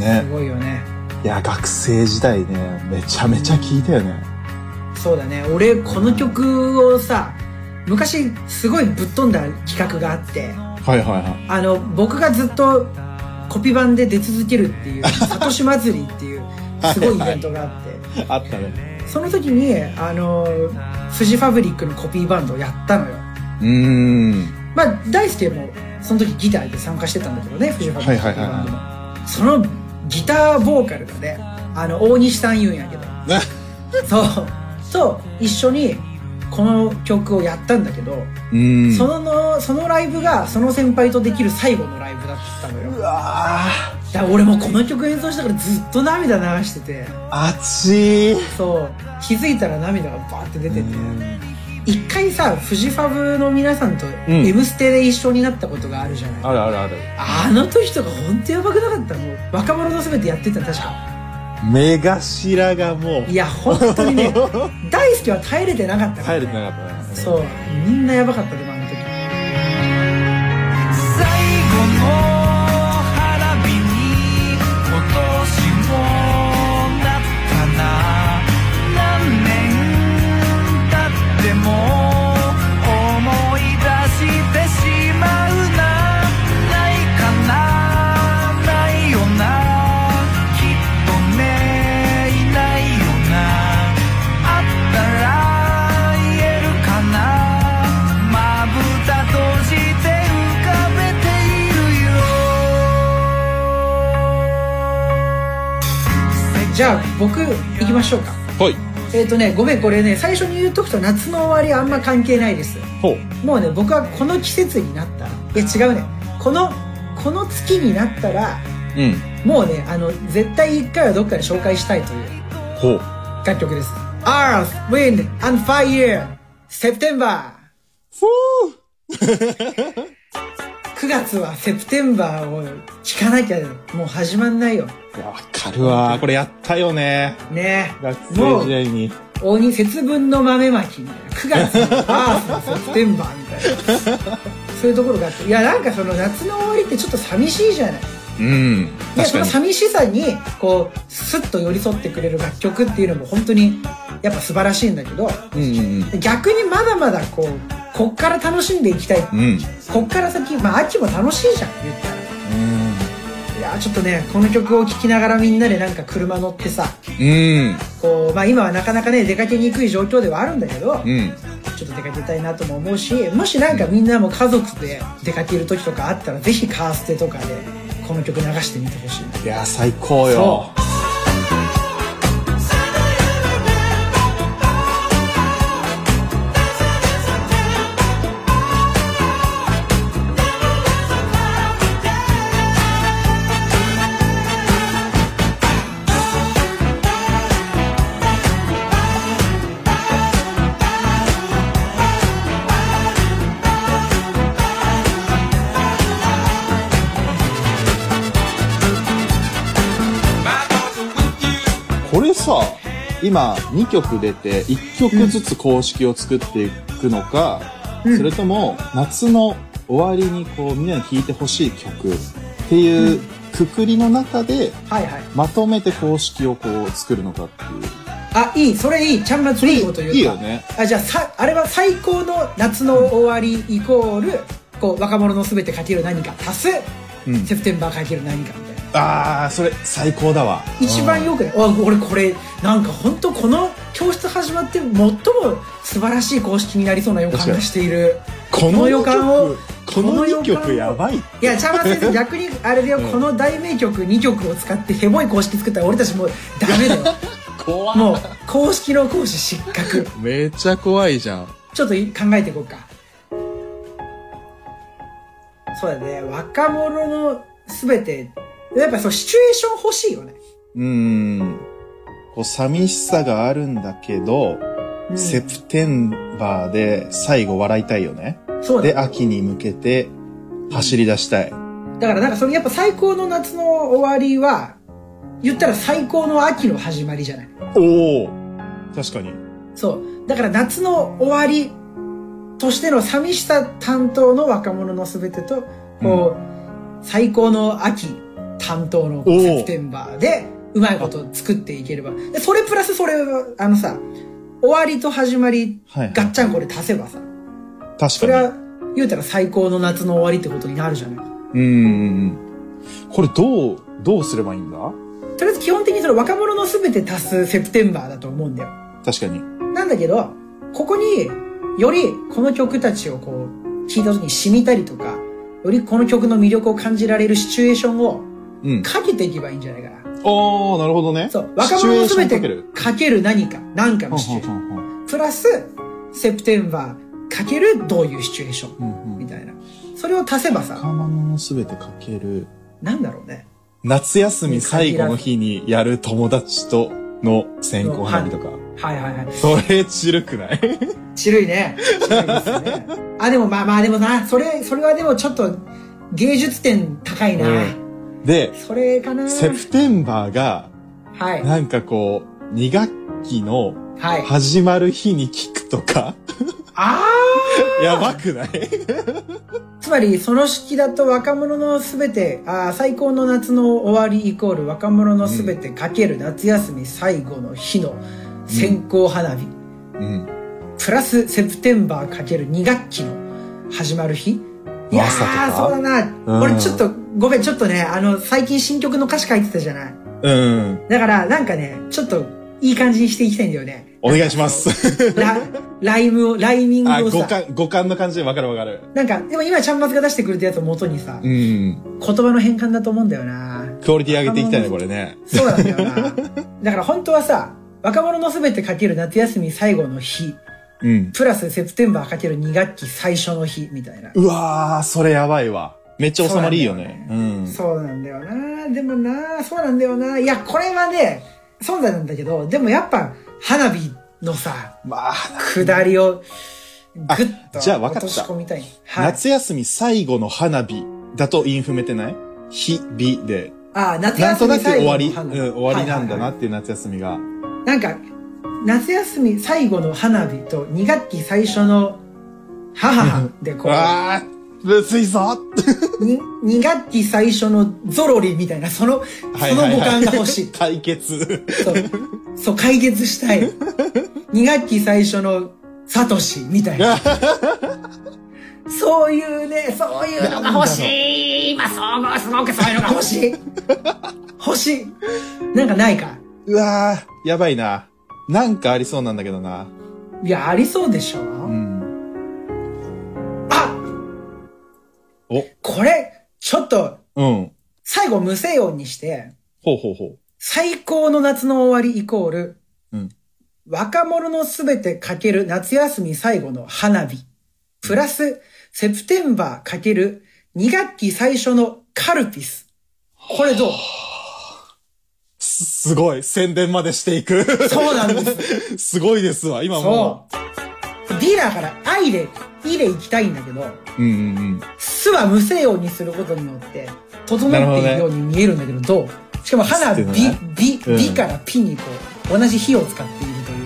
ねす。ごいよね。いや、学生時代ね、めちゃめちゃ聴いたよね。そうだね。俺、この曲をさ、昔すごいぶっ飛んだ企画があって、はいはいはい。あの、僕がずっとコピー版で出続けるっ *laughs* ていう、サトシ祭りっていう、すごいイベントがあって、あったね。その時に、あの、フジファブリックのコピーバンドをやったのよ。うーん。まあ、大輔も、その時ギターで参加してたんだけどね、フジファブはリいックはのいコピーバンド。はそのギターボーカルがね、あの、大西さん言うんやけど、いはい。そう、と一緒にこの曲をやったんだけど、うーん。そののそのライブがその先輩とできる最後のライブだったのよだから俺もこの曲演奏したからずっと涙流してて熱いそう気づいたら涙がバーって出てて一回さフジファブの皆さんと「ん M ステ」で一緒になったことがあるじゃない、あるあるある。あの時とか本当やばくなかったもう若者の全てやってたの確か目頭がもう。いや本当に *laughs* ね大好きは耐えれてなかったから入れてなかったね。そうみんなやばかったでもあの時最後の花火に今年もなったな何年経っても思い出してしまうなないかなないよなきっとねいないよなあったら言えるかなまぶた閉じて浮かべているよじゃあ僕行きましょうかはいえっ、とねごめんこれね最初に言うとくと夏の終わりあんま関係ないですほう。もうね僕はこの季節になったらいや違うねこのこの月になったらうん。もうねあの絶対一回はどっかで紹介したいというほう。楽曲です Earth, Wind and Fire September *laughs* 9月はセプテンバーを聴かなきゃもう始まんないよあるわーこれやったよね。ね学生時代に。鬼節分の豆まきみたいな9月のバースのセプテンバーみたいなそういうところがあっていやなんかその夏の終わりってちょっと寂しいじゃないうん。いや確そかのに。寂しさにこうスッと寄り添ってくれる楽曲っていうのも本当にやっぱ素晴らしいんだけどうん逆にまだまだこうこっから楽しんでいきたいうんうん。うん。こっから先まあ秋も楽しいじゃん言ったらいやちょっとねこの曲を聴きながらみんなでなんか車乗ってさうん。こう、まあ、今はなかなかね出かけにくい状況ではあるんだけど、うん。ちょっと出かけたいなとも思うしもしなんかみんなも家族で出かける時とかあったらぜひカーステとかでこの曲流してみてほしいいや、最高そ。よこれさ、今2曲出て1曲ずつ公式を作っていくのか、それとも夏の終わりにこうみんなに弾いてほしい曲っていうくくりの中で、はいはい。まとめて公式をこう作るのかっていう。あ、いい。それいい。ちゃんまついいこと言ういいよね。あ、じゃあさ、あれは最高の夏の終わりイコール、こう、若者のすべてかける何か足す、うんセプテンバーかける何かみたいな。ああ、それ最高だわ。一番よくね、あ、俺これ、なんか本当この教室始まって最も素晴らしい公式になりそうな予感がしている。この予感を、この2曲やばい。いや、ちゃんまつ先生、逆にあれだよ、うんこの大名曲2曲を使ってヘボい公式作ったら俺たちもうダメだよ。怖もう、公式の講師失格。めっちゃ怖いじゃん。ちょっと考えていこうか。そうだね、若者のすべて、やっぱそう、シチュエーション欲しいよね。うーん。こう、寂しさがあるんだけど、うんセプテンバーで最後笑いたいよね。そうだで、秋に向けて走り出したい。だからなんかそれやっぱ最高の夏の終わりは、言ったら最高の秋の始まりじゃない。おお確かに。そう。だから夏の終わりとしての寂しさ担当の若者のすべてと、こう、最高の秋担当のセプテンバーで、うまいこと作っていければ。で、それプラスそれは、あのさ、終わりと始まり、はい。ガッチャンコで足せばさ、確そかれに。は、言うたら最高の夏の終わりってことになるじゃない。うーん。これどう、どうすればいいんだとりあえず基本的にその若者のすべて足すセプテンバーだと思うんだよ。確かに。なんだけど、ここによりこの曲たちをこう、聴いた時に染みたりとか、よりこの曲の魅力を感じられるシチュエーションをうん。かけていけばいいんじゃないかな。おー、なるほどね。そう、若者の全てかける。かける何か、何かのシチュエーション。プラス、セプテンバーかけるどういうシチュエーション。みたいな。それを足せばさ、若者のすべてかける。なんだろうね。夏休み最後の日にやる友達との線香花火とか。はいはいはい。それ、ちるくないちるいね。ちるいですね。あ、でもまあまあでもな、それ、それはでもちょっと芸術点高いな。で、それかな。セプテンバーが、はい。なんかこう、2学期のはい。始まる日に聞くとか、あ *laughs* やばくないーつまり、その式だと若者のすべて、あー最高の夏の終わりイコール若者のすべてかける夏休み最後の日の線香花火。うん。プラスセプテンバーかける2学期の始まる日いやまさとーかそうだな、うん俺ちょっとごめんちょっとねあの最近新曲の歌詞書いてたじゃないうん。だからなんかねちょっといい感じにしていきたいんだよ *laughs* ねお願いします。ラライムをライミングあ、を五さ感、五感の感じでわかるわかる。なんかでも今ちゃんまつが出してくれたやつを元にさうん。言葉の変換だと思うんだよなクオリティ上げていきたいね、これね。そうなんだよな *laughs* だから本当はさ若者のすべてかける夏休み最後の日うん。プラスセプテンバーかける2学期最初の日みたいなうわー、それやばいわ。めっちゃ収まりいいよね。うん。そうなんだよなでもなそうなんだよないやこれはね存在なんだけどでもやっぱ花火のさまあ下りをぐっとじゃあ分かっ落たとし込みたいはい夏休み最後の花火だとインフメてない日、火で。ああ夏なん休とみなく最終後わのり、花うん、終わりなんだなっていう夏休みが。なんか夏休み最後の花火と2学期最初の母でこうあー、むずいぞ2学期最初のゾロリみたいなそのそはいのはいはい五感が欲しい解決。そう、解決したい。2学期最初のサトシみたいな。そういうね、そういうのが欲しい。今、総合すごくそういうのが欲しい。欲しい。なんかないか。うわー、やばいな。なんかありそうなんだけどな。いや、ありそうでしょ。うん。おこれ、ちょっと、うん。最後無声音にして、ほうほうほう。最高の夏の終わりイコール、うん若者のすべてかける夏休み最後の花火、プラス、セプテンバーかける2学期最初のカルピス。これどうす、すごい。宣伝までしていく。。そうなんです *laughs* すごいですわ、今もそう。D だから、愛で、いで行きたいんだけど、う。うんうんうん。すは無声音にすることによって、整なるほっどていねるように見えるんだけど、どうしかも花火、です美よね、美、うん美からピにこう、同じ火を使っているという。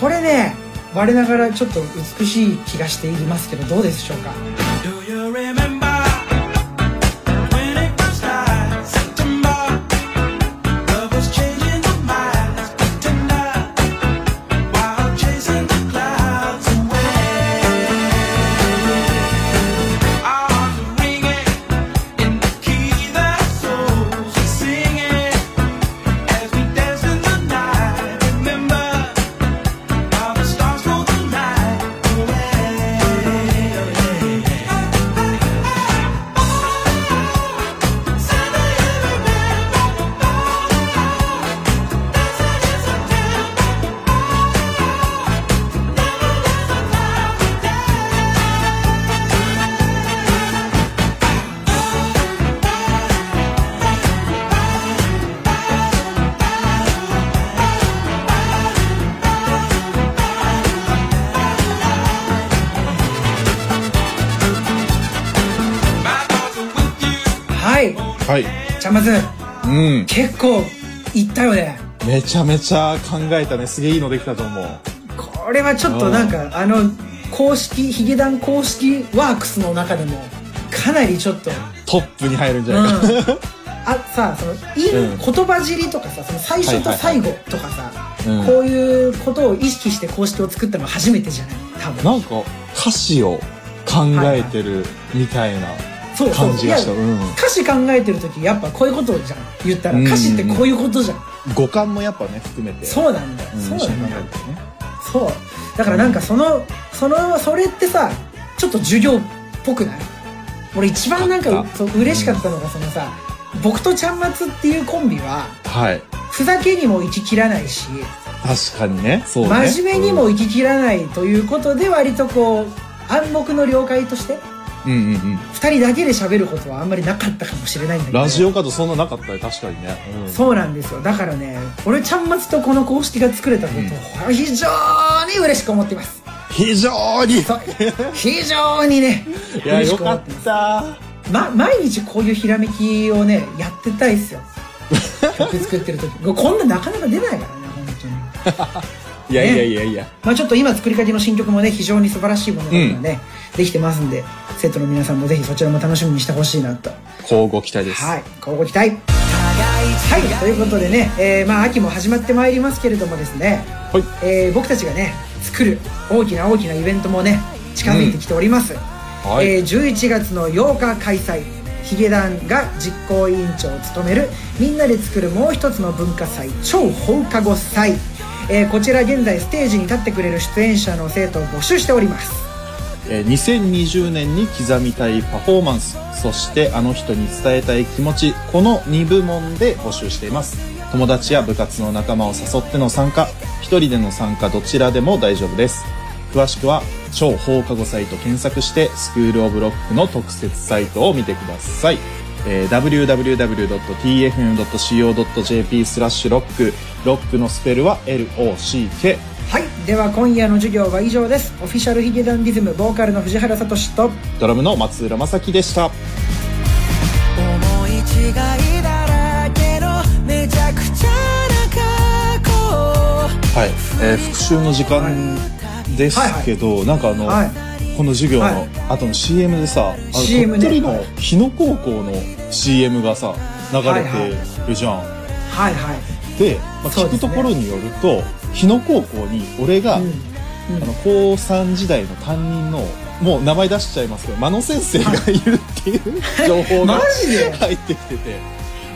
これね、我ながらちょっと美しい気がしていますけど、どうでしょうか Do you remember when it first はい。ちゃんまず、うん。結構いったよね。めちゃめちゃ考えたね。すげえいいのできたと思う。これはちょっとなんか、あの、公式、ヒゲダン公式ワークスの中でも、かなりちょっと、トップに入るんじゃないか。あ、さ、その、いい、 *laughs* うん言葉尻とかさ、その最初と最後とかさ、うんこういうことを意識して公式を作ったのは初めてじゃない多分。なんか歌詞を考えてるみたいなそうそう感じがした。いうやん。歌詞考えてる時やっぱこういうことじゃん言ったらうん歌詞ってこういうことじゃん、五感もやっぱね、含めて。そうなんだよ、うんそう一緒なんにだ考よえてね。そうだからなんかそのそのそれってさちょっと授業っぽくない俺一番なんかうそう嬉しかったのがそのさ僕とちゃんまつっていうコンビははい。ふざけにも行ききらないし、確かにね。そうね。真面目にも行ききらないということで割とこう暗黙の了解としてうん。うんうんうん。 2人だけで喋ることはあんまりなかったかもしれないんだけどラジオカードそんななかったね、確かにね。うんそうなんですよだからね俺ちゃんまつとこの公式が作れたことを非常に嬉しく思っています非常に非常にねいや嬉しく思ってますま、毎日こういうひらめきをねやってたいっす *laughs* よ曲作ってる時こんななかなか出ないからね *laughs* いやいやいやいや。まあちょっと今作りかけの新曲もね非常に素晴らしいものが今ね、できてますんで生徒の皆さんもぜひそちらも楽しみにしてほしいなと交互期待です。はい、今後ご期待。はい、ということでね、えーまあ秋も始まってまいりますけれどもですね。えー僕たちがね、作る大きな大きなイベントもね、近づいてきております。はいえー11月の8日開催。ヒゲダンが実行委員長を務めるみんなで作るもう一つの文化祭超放課後祭、えーこちら現在ステージに立ってくれる出演者の生徒を募集しておりますえー2020年に刻みたいパフォーマンスそしてあの人に伝えたい気持ちこの2部門で募集しています友達や部活の仲間を誘っての参加一人での参加どちらでも大丈夫です詳しくは超放課後サイト検索してスクールオブロックの特設サイトを見てください、えー www.tfm.co.jp スラッシュロックロックのスペルは LOCK はいでは今夜の授業は以上ですオフィシャルヒゲダンディズムボーカルの藤原聡とドラムの松浦正樹でした思い違いだらけのめちゃくちゃな過去はい、えー復習の時間ですけど、なんかあの、この授業の後の CM でさ、あの CM ね鳥取の日野高校の CM がさ流れてるじゃん。はいはいで、まあ聞くところによると、日野高校に俺が、あの高3時代の担任のもう名前出しちゃいますけど真野先生がいるっていう情報が *laughs* マジで入ってきてて。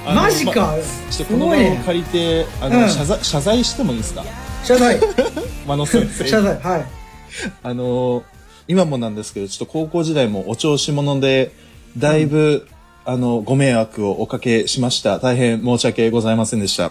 あのマジか、まあちょっとこの場を借りてあの、うん謝罪謝罪してもいいですか謝 *laughs* 罪真野先生謝罪はいあのー今もなんですけど、ちょっと高校時代もお調子者で、だいぶ、あの、ご迷惑をおかけしました。大変申し訳ございませんでした。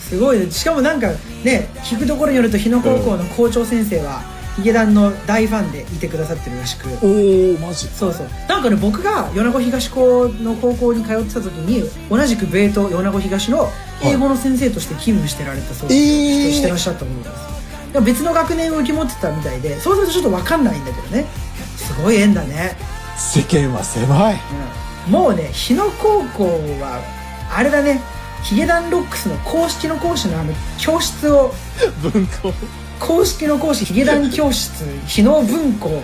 すごいねしかもなんかね聞くところによると日野高校の校長先生は、ヒゲダンの大ファンでいてくださってるらしくおおマジそうそうなんかね僕が米子東高の高校に通ってた時に同じく米東米子東の英語の先生として勤務してられたそうです、えーしてらっしゃったものですでも別の学年を受け持ってたみたいでそうするとちょっと分かんないんだけどねすごい縁だね世間は狭い。もうね日野高校はあれだねヒゲダンロックスの公式の講師のあの教室を文庫公式の講師ヒゲダン教室日野文庫ちょっ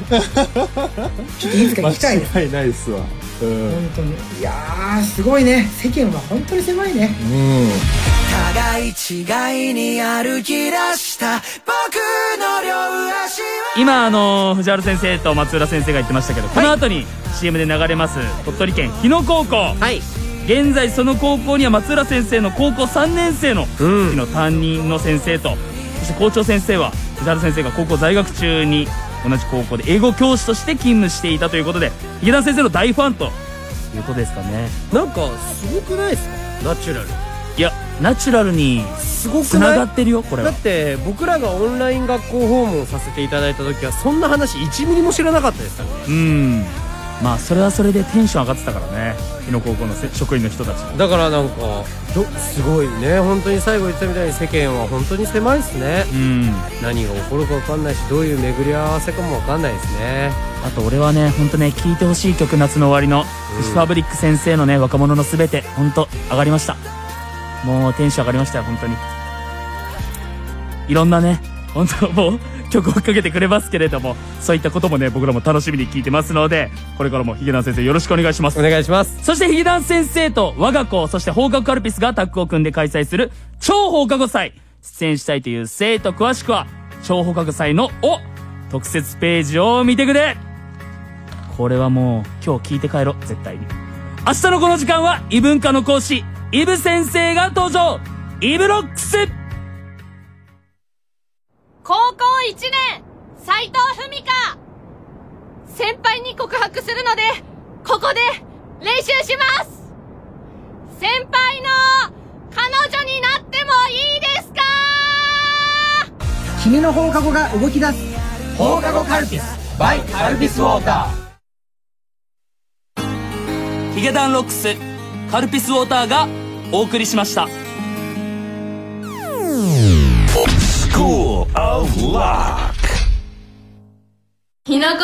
といつか行きたいです間違いないですわ。うん。本当にいやーすごいね世間は本当に狭いねうん。互い違いに歩き出した僕の両足は今あの藤原先生と松浦先生が言ってましたけど、この後に CM で流れます鳥取県日野高校はい現在その高校には松浦先生の高校3年生の時の担任の先生と、そして校長先生は藤原先生が高校在学中に同じ高校で英語教師として勤務していたということで池田先生の大ファンということですかねなんかすごくないですかナチュラルいやナチュラルにすごくつないながってるよこれはだって僕らがオンライン学校訪問させていただいた時はそんな話1ミリも知らなかったですからねうんまあそれはそれでテンション上がってたからね日野高校のせ職員の人たちだからなんかどすごいね本当に最後言ったみたいに世間は本当に狭いですね、何が起こるか分かんないしどういう巡り合わせかも分かんないですねあと俺はね本当ね聴いてほしい曲夏の終わりのフジファブリック先生のね若者のすべて本当上がりましたもうテンション上がりましたよ本当にいろんなね本当もう曲をかけてくれますけれどもそういったこともね僕らも楽しみに聞いてますのでこれからもヒゲダン先生よろしくお願いしますお願いしますそしてヒゲダン先生と我が校そして放課後カルピスがタッグを組んで開催する超放課後祭出演したいという生徒詳しくは超放課後祭のお特設ページを見てくれこれはもう今日聞いて帰ろう絶対に明日のこの時間は異文化の講師イブ先生が登場イブロックス高校1年斉藤文香先輩に告白するのでここで練習します先輩の彼女になってもいいですか君の放課後が動き出す放課後カルピス by カルピスウォーターヒゲダンロックスカルピスウォーターがお送りしました School of Lock. 日の校で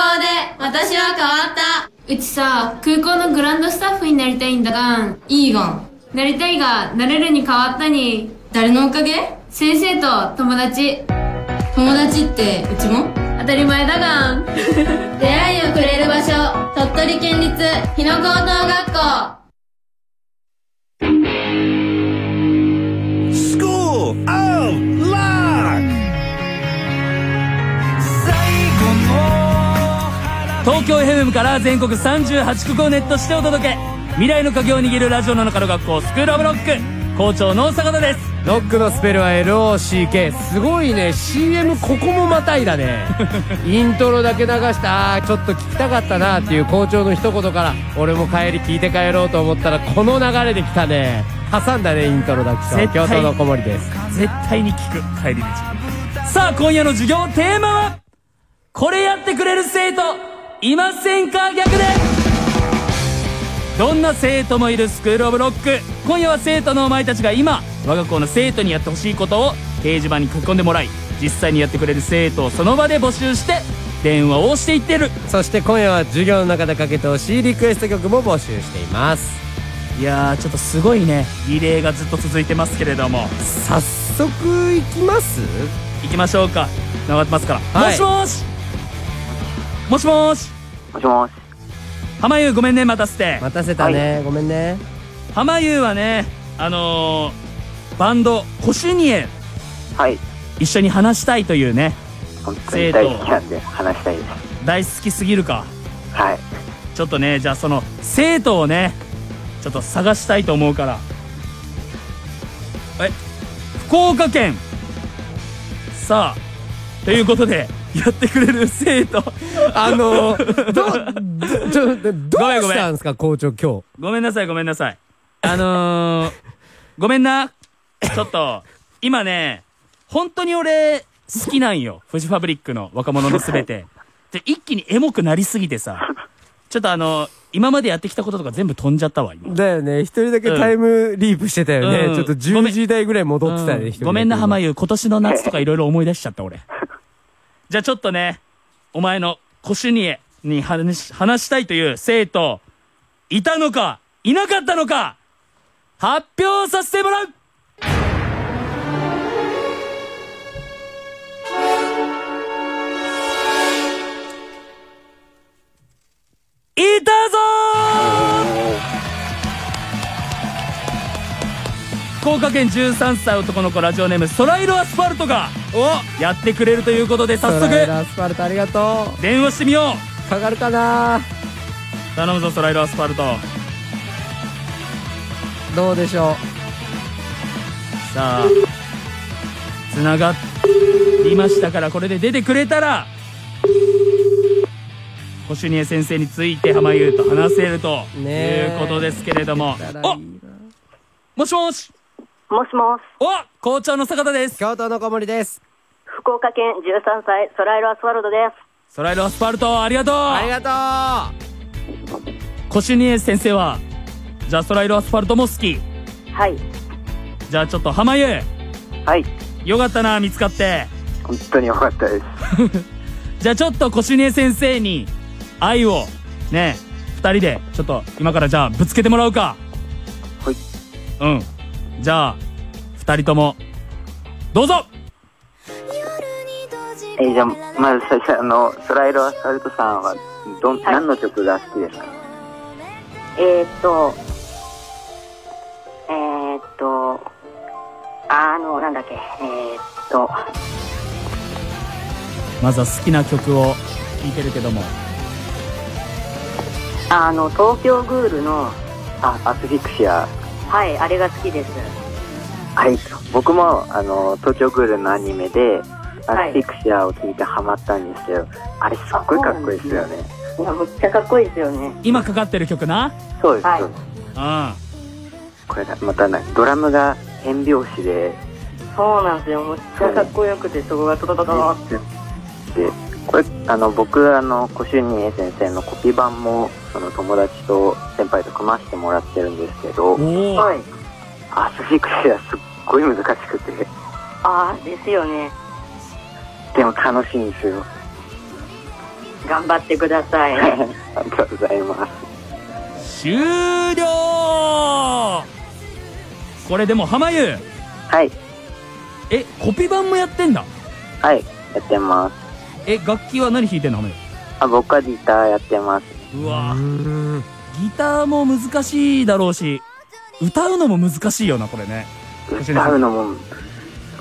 私は変わったうちさ空港のグランドスタッフになりたいんだがいいがなりたいがなれるに変わったに誰のおかげ先生と友達友達ってうちも当たり前だがん *laughs* 出会いをくれる場所鳥取県立日の高等学校 School of Lock 東京 FM から全国38区をネットしてお届け未来の鍵を握るラジオの中の学校スクールオブロック校長の坂田ですロックのスペルは LOCK すごいね CM ここもまたいだ *laughs* ねイントロだけ流したあーちょっと聞きたかったなっていう校長の一言から俺も帰り聞いて帰ろうと思ったらこの流れで来たね挟んだねイントロだけ絶対京都の小森です絶対に聞く帰り道さあ今夜の授業テーマはこれやってくれる生徒いませんか逆でどんな生徒もいるスクールオブロック今夜は生徒のお前たちが今我が校の生徒にやってほしいことを掲示板に書き込んでもらい実際にやってくれる生徒をその場で募集して電話をしていってるそして今夜は授業の中でかけてほしいリクエスト曲も募集していますいやーちょっとすごいねリレーがずっと続いてますけれども早速行きます行きましょうか繋がってますから、はいもしもしもしもしもしもし浜優ごめんね待たせて待たせたね、ごめんね浜優はねあのーバンドコシュニエはい一緒に話したいというね本当に大好きなんで話したいです大好きすぎるかはいちょっとねじゃあその生徒をねちょっと探したいと思うからえ福岡県さあということでやってくれる生徒あのーどちょっとどうしたんですか校長今日ごめんなさい、ごめんなさい。あのー、 *laughs* ごめんな。ちょっと、今ね、本当に俺、好きなんよ。フジファブリックの若者のすべて。で、一気にエモくなりすぎてさ、ちょっとあの今までやってきたこととか全部飛んじゃったわ、今。だよね一人だけタイムリープしてたよね、うんちょっと10時台ぐらい戻ってたよね、一人だけごめんな、浜優。今年の夏とかいろいろ思い出しちゃった、俺。じゃあちょっとね、お前のコシュニエに話し話したいという生徒、いたのか、いなかったのか、発表させてもらういたぞ福岡県13歳男の子ラジオネーム空色アスファルトがやってくれるということで早速空色アスファルトありがとう電話してみようかかるかな頼むぞ空色アスファルトどうでしょうさあつながりましたからこれで出てくれたらコシュニエ先生について浜優と話せるといねえうことですけれどもおもしもしもしもし。お校長の坂田です。京都の小森です。福岡県13歳、ソライロアスワルドです。空色アスファルトありがとうありがとコシュニエ先生はじゃあ空色アスファルトも好きはいじゃあちょっと濱家はいよかったな見つかって本当に良かったですじゃあちょっとコシュニエ先生に愛をね二人でちょっと今からじゃあぶつけてもらうかはいうんじゃあ二人ともどうぞえーじゃあまず最初あのソライロアスファルトさんはど、ん何の曲が好きですかえーっと、えーっと、あの、なんだっけ、えーっと、まずは好きな曲を聴いてるけどもあの、東京グールの、あアスフィクシアはい、あれが好きです。はい僕もあの東京グールのアニメでアはスいフィクシアを聴いてハマったんですけど、あれすっごいかっこいいですよねいや、むっちゃかっこいいですよね。今かかってる曲なそうです、はいそうですうんこれがまたなドラムが変拍子でそうなんですよ、むっちゃかっこよくて、そこがトトトトーって。でこれあの僕あのコシュニエ先生のコピー版もその友達と先輩と組ませてもらってるんですけどはい。アスフィクシアすっごい難しくてああ、ですよね。でも楽しいんですよ頑張ってください。 *laughs* ありがとうございます終了これでも濱湯はいえコピー版もやってんだはいやってますえ楽器は何弾いてんの濱湯あ僕はギターやってますうわギターも難しいだろうし歌うのも難しいよなこれね歌うのも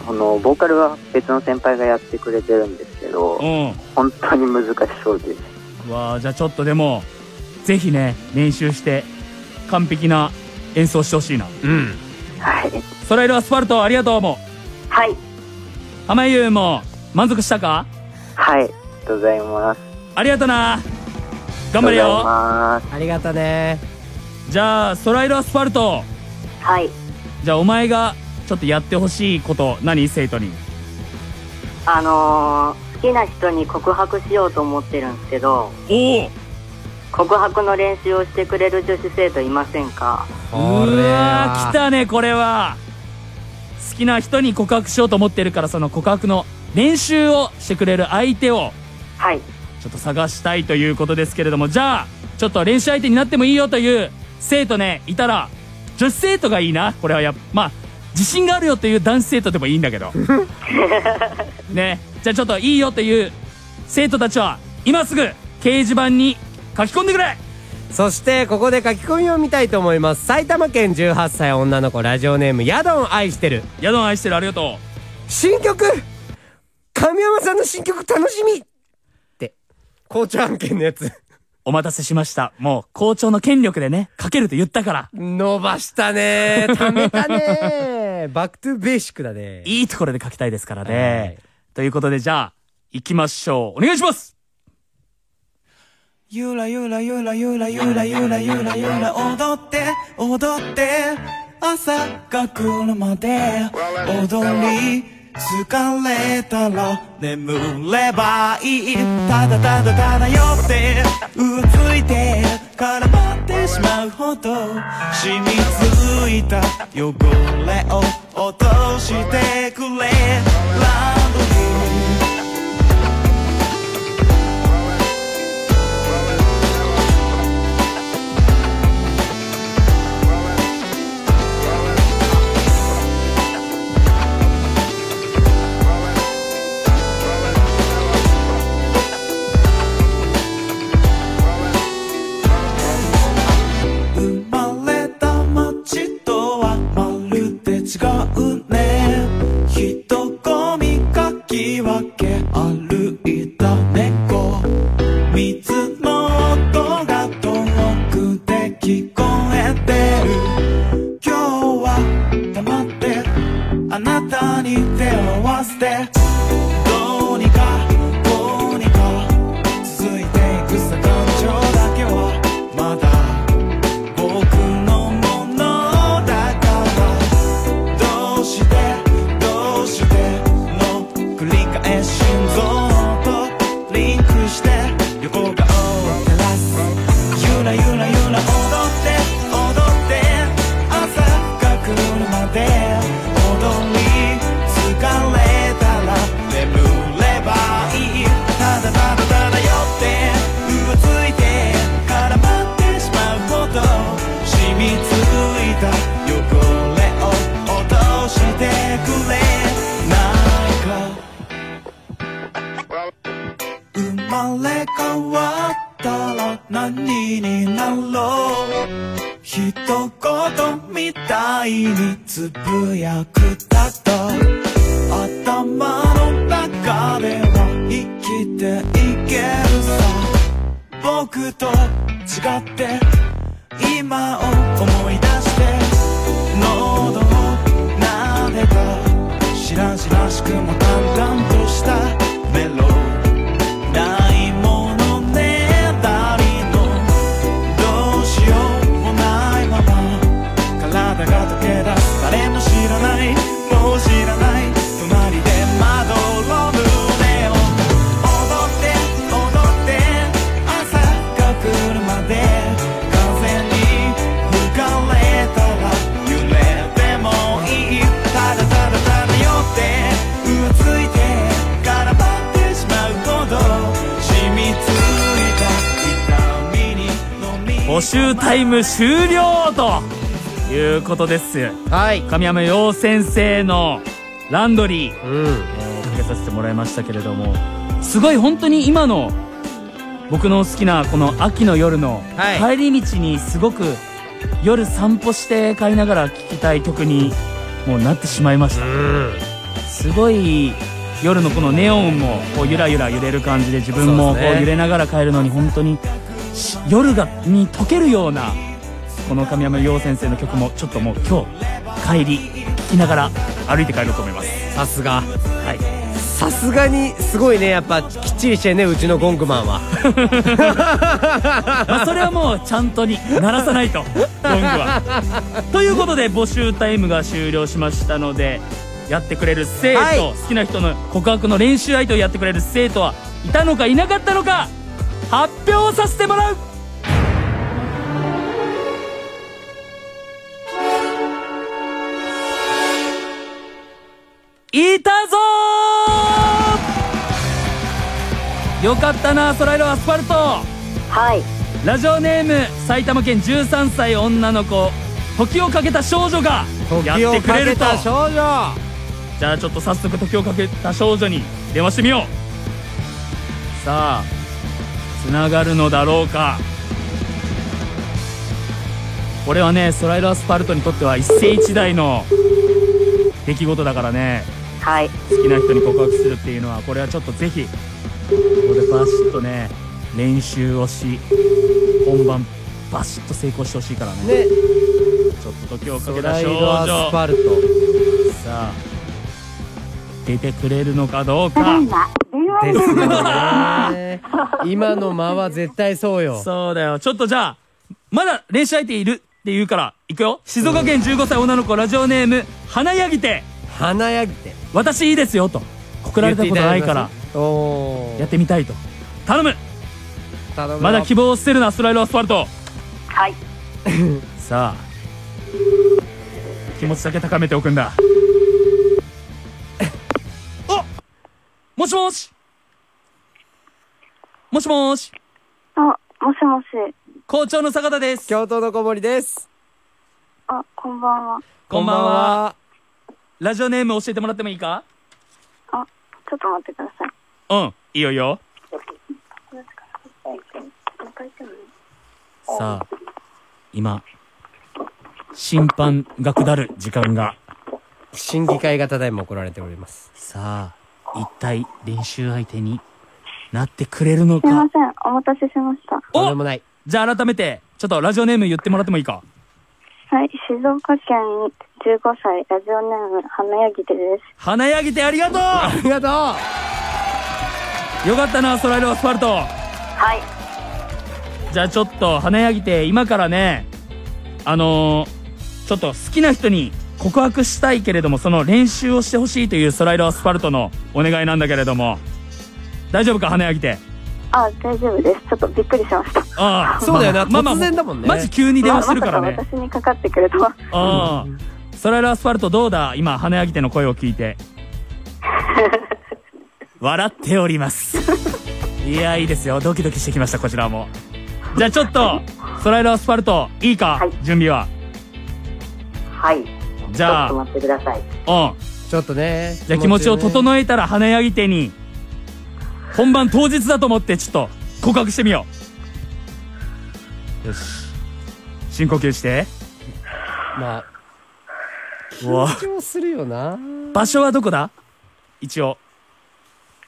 このボーカルは別の先輩がやってくれてるんですけど、本当に難しそうですうわあじゃあちょっとでもぜひね練習して完璧な演奏してほしいなうんはいソライルアスファルトありがとうもはい濱優も満足したかはいありがとうございますありがとな頑張れよありがとねじゃあソライルアスファルトはい。じゃあお前がちょっとやってほしいこと何生徒にあのー、好きな人に告白しようと思ってるんですけどおお告白の練習をしてくれる女子生徒いませんかうわー来たねこれは好きな人に告白しようと思ってるからその告白の練習をしてくれる相手をはいちょっと探したいということですけれどもじゃあちょっと練習相手になってもいいよという生徒ねいたら女子生徒がいいなこれはやっまあ自信があるよという男子生徒でもいいんだけど *laughs* ねじゃあちょっといいよという生徒たちは今すぐ掲示板に書き込んでくれそしてここで書き込みを見たいと思います埼玉県18歳女の子ラジオネームヤドン愛してるヤドン愛してるありがとう新曲神山さんの新曲楽しみって校長案件のやつお待たせしましたもう校長の権力でね書けると言ったから伸ばしたね貯めた *laughs* ねバックトゥベーシックだねいいところで書きたいですからね。ということで、じゃあ、行きましょう。お願いしますゆらゆらゆらゆらゆらゆらゆらゆら踊って踊って朝が来るまで踊り疲れたら眠ればいいただただ漂ってうついて絡まってしまうほど染みついた汚れを落としてくれランドリー生まれた街とはまるで違うね人混みかき分け歩いた猫水の音が遠くで聞こえてる今日は黙ってあなたに手を合わせてどうにかこうにか続いていくさ感情だけはまだ僕のものだからどうしてどうしての繰り返し心臓とリンクして横顔を照らすゆらゆらゆら踊みたいにつぶやくだと頭の中では生きていけるさ僕と違って今を思い出して喉を撫でたしらじらしくも淡々としたメロないものねだりのどうしようもないまま体が溶け出す誰も知らないもう知らない隣でまどろむ胸を踊って踊って朝が来るまで風に吹かれたら揺れてもいいただただただ酔って浮ついてからばってしまうほど染みついた痛みに募集タイム終了ということですはい神山陽先生のランドリー、えーかけさせてもらいましたけれどもすごい本当に今の僕の好きなこの秋の夜の帰り道にすごく夜散歩して帰りながら聴きたい曲にもうなってしまいました、すごい夜のこのネオンもこうゆらゆら揺れる感じで自分そもこううですね揺れながら帰るのに本当にし夜がに溶けるようなこの神山陽先生の曲もちょっともう今日帰り聴きながら歩いて帰ろうと思いますさすがはいさすがにすごいねやっぱきっちりしてねうちのゴングマンは *laughs* まあそれはもうちゃんとに鳴らさないとゴングは *laughs* ということで募集タイムが終了しましたのでやってくれる生徒、はい好きな人の告白の練習相手をやってくれる生徒はいたのかいなかったのか発表させてもらういたぞーよかったな空色アスファルトはいラジオネーム埼玉県13歳女の子時をかけた少女がやってくれる時をかけとた少女じゃあちょっと早速時をかけた少女に電話してみようさあつながるのだろうかこれはね空色アスファルトにとっては一世一代の出来事だからねはい好きな人に告白するっていうのはこれはちょっとぜひここでバシッとね練習をし本番バシッと成功してほしいからねねちょっと時をかスけラたイ少ドアスファ女ルトさあ出てくれるのかどうただかいま電話ですよね今の間は絶対 *laughs* そうよそうだよちょっとじゃあまだ練習相手いるって言うから行くよ静岡県15歳女の子ラジオネーム花やぎて花やぎて私いいですよと告られたことないからやってみたいと頼む頼むまだ希望を捨てるなスライドアスファルトはいさあ気持ちだけ高めておくんだおもしもしもしもしあもしもし校長の坂田です教頭の小森ですあこんばんはこんばんはラジオネーム教えてもらってもいいかあちょっと待ってくださいうんいいよいいよさあ今審判が下る時間が審議会がただいま怒られておりますさあ一体練習相手になってくれるの *laughs* すいかませんお待たせしましたおでもないじゃあ改めてちょっとラジオネーム言ってもらってもいいかはい静岡県15歳ラジオネーム花柳手です花やぎてありがとうありがとうよかったな空色アスファルトはいじゃあちょっと花やぎて今からねあのーちょっと好きな人に告白したいけれどもその練習をしてほしいという空色アスファルトのお願いなんだけれども大丈夫か花やぎてあ大丈夫ですちょっとびっくりしましたああそうだよなまあまあ突然だもんねマジ急に電話してるからね、ままさか私にかかってくるとはああ、ソライルアスファルトどうだ今、花やぎての声を聞い *laughs* て。笑っております。いや、いいですよ。ドキドキしてきました、こちらも。じゃあちょっと、ソライルアスファルト、いいか、準備は。はいじゃあちょっと待ってくださいうん。ちょっとねじゃあ気持ちを整えたら、花やぎてに、本番当日だと思って、ちょっと、告白してみよう。よし。深呼吸して。まあ、うわ緊張するよな。場所はどこだ一応。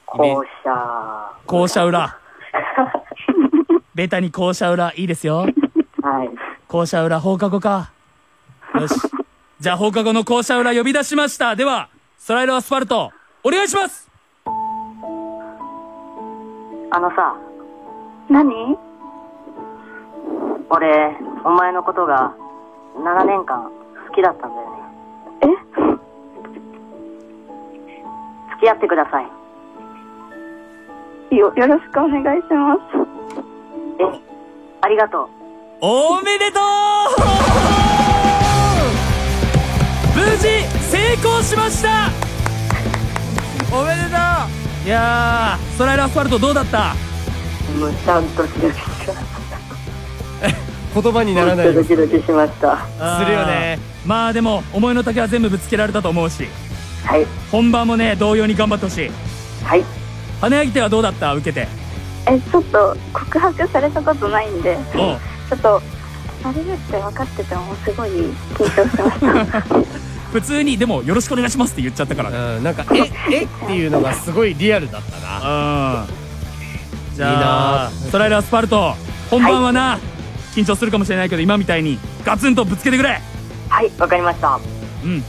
校舎。校舎裏。ベタに校舎裏、いいですよ。はい。校舎裏放課後か。よし。じゃあ放課後の校舎裏呼び出しました。では、ソライロアスファルト、お願いしますあのさ、何俺、お前のことが7年間好きだったんだよね。え付き合ってください。よ、よろしくお願いします。え、ありがとう。おめでとう無事、成功しましたおめでとういやー、ソライロアスファルトどうだったもうちゃんとしてきた。言葉にならないドキドキしました。するよねまあでも思いの丈は全部ぶつけられたと思うしはい本番もね同様に頑張ってほしいはい花柳手はどうだった受けてえ、ちょっと告白されたことないんで、おうちょっと、されるって分かってても、すごい緊張してました。普通にでもよろしくお願いしますって言っちゃったからうんなんかええっていうのがすごいリアルだったなじゃあトライルアスファルト本番はな、緊張するかもしれないけど今みたいにガツンとぶつけてくれはい、わかりました。うん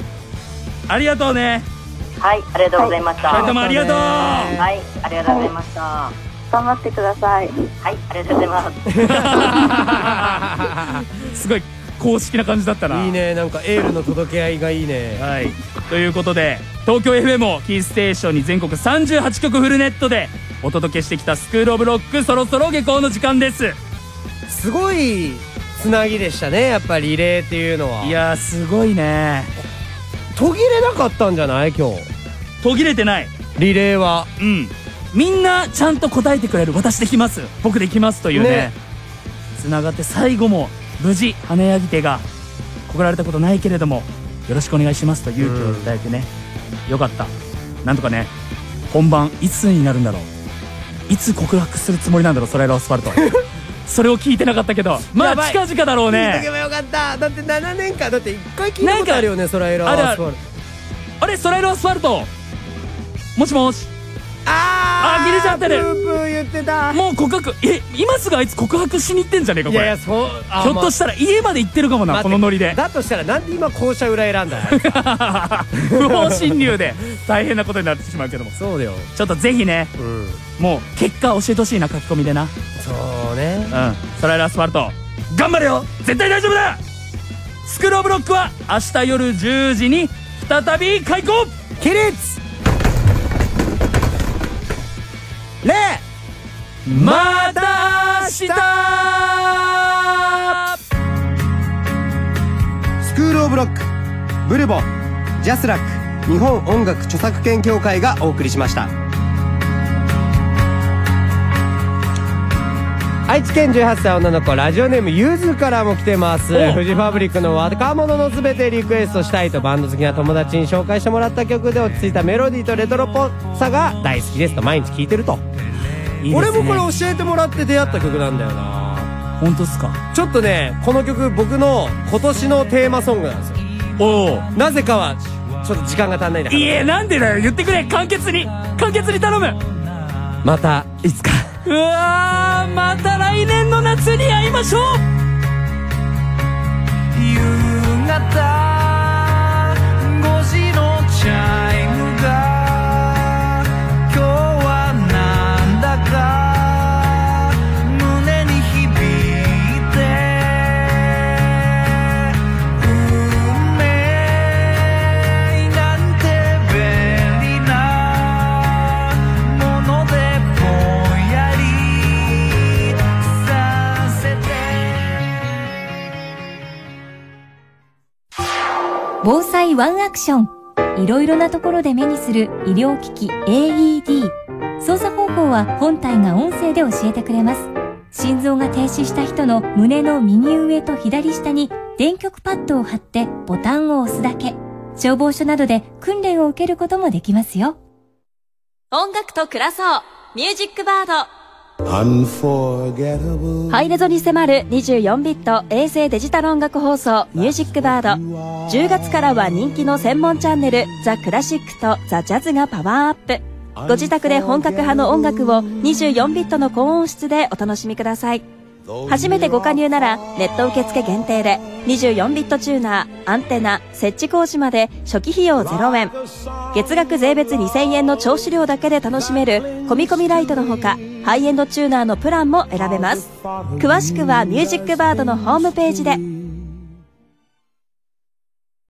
ありがとうねはい、ありがとうございました。はい二人ともありがとうはい、ありがとうございました。頑張ってください。はい、ありがとうございます。 *laughs* すごい公式な感じだったないいねなんかエールの届け合いがいいねはいということで東京 FM をキーステーションに全国38局フルネットでお届けしてきた「スクール・オブ・ロック」そろそろ下校の時間ですすごいつなぎでしたねやっぱリレーっていうのはいやーすごいね途切れなかったんじゃない今日途切れてないリレーはうんみんなちゃんと答えてくれる私できます僕できますというねねつながって最後も無事花柳手が告られたことないけれどもよろしくお願いしますと勇気を与えてね、よかったなんとかね本番いつになるんだろういつ告白するつもりなんだろうソライロアスファ *laughs* ルトそれを聞いてなかったけどまやあばい近々だろう聞いとけねばよかっただって7年間だって1回聞いたことあるよねソライロあるあるアスファルトあれソライロアスファルトもしもしああ切れちゃってるブー言ってたもう告白え今すぐあいつ告白しに行ってんじゃねえかこれいやいやそうあひょっとしたら家まで行ってるかもなこのノリでだとしたらなんで今校舎裏選んだの不法侵入で大変な *laughs* ことになってしまうけどもそうだよちょっとぜひね、もう結果教えてほしいな書き込みでなそうねうんソライルアスファルト頑張れよ絶対大丈夫だスクローブロックは明日夜10時に再び開校起立礼また明日スクールオブロックブルボジャスラック日本音楽著作権協会がお送りしました愛知県18歳女の子ラジオネームゆずからも来てますフジファブリックの若者のすべてリクエストしたいとバンド好きな友達に紹介してもらった曲で落ち着いたメロディーとレトロっぽさが大好きですと毎日聴いてるといいですね俺もこれ教えてもらって出会った曲なんだよな本当っすかちょっとねこの曲僕の今年のテーマソングなんですよおなぜかはちょっと時間が足んないんだからいえなんでだよ言ってくれ簡潔に簡潔に頼むまたいつかうわーまた来年の夏に会いましょう夕方5時のチャイムが今日はなんだか胸に響いて運命なんて便利なものでぼんやりさせて防災ワンアクション。いろいろなところで目にする医療機器 AED。操作方法は本体が音声で教えてくれます。心臓が停止した人の胸の右上と左下に電極パッドを貼ってボタンを押すだけ。消防署などで訓練を受けることもできますよ。音楽と暮らそうミュージックバード Unforgettable. ハイレゾに迫る24ビット衛星デジタル音楽放送ミュージックバード。10月からは人気の専門チャンネルザ・クラシックとザ・ジャズがパワーアップ。ご自宅で本格派の音楽を24ビットの高音質でお楽しみください。初めてご加入ならネット受付限定で24ビットチューナー、アンテナ、設置工事まで初期費用0円。月額税別2000円の調子料だけで楽しめるコミコミライトのほかハイエンドチューナーのプランも選べます。詳しくはミュージックバードのホームページで。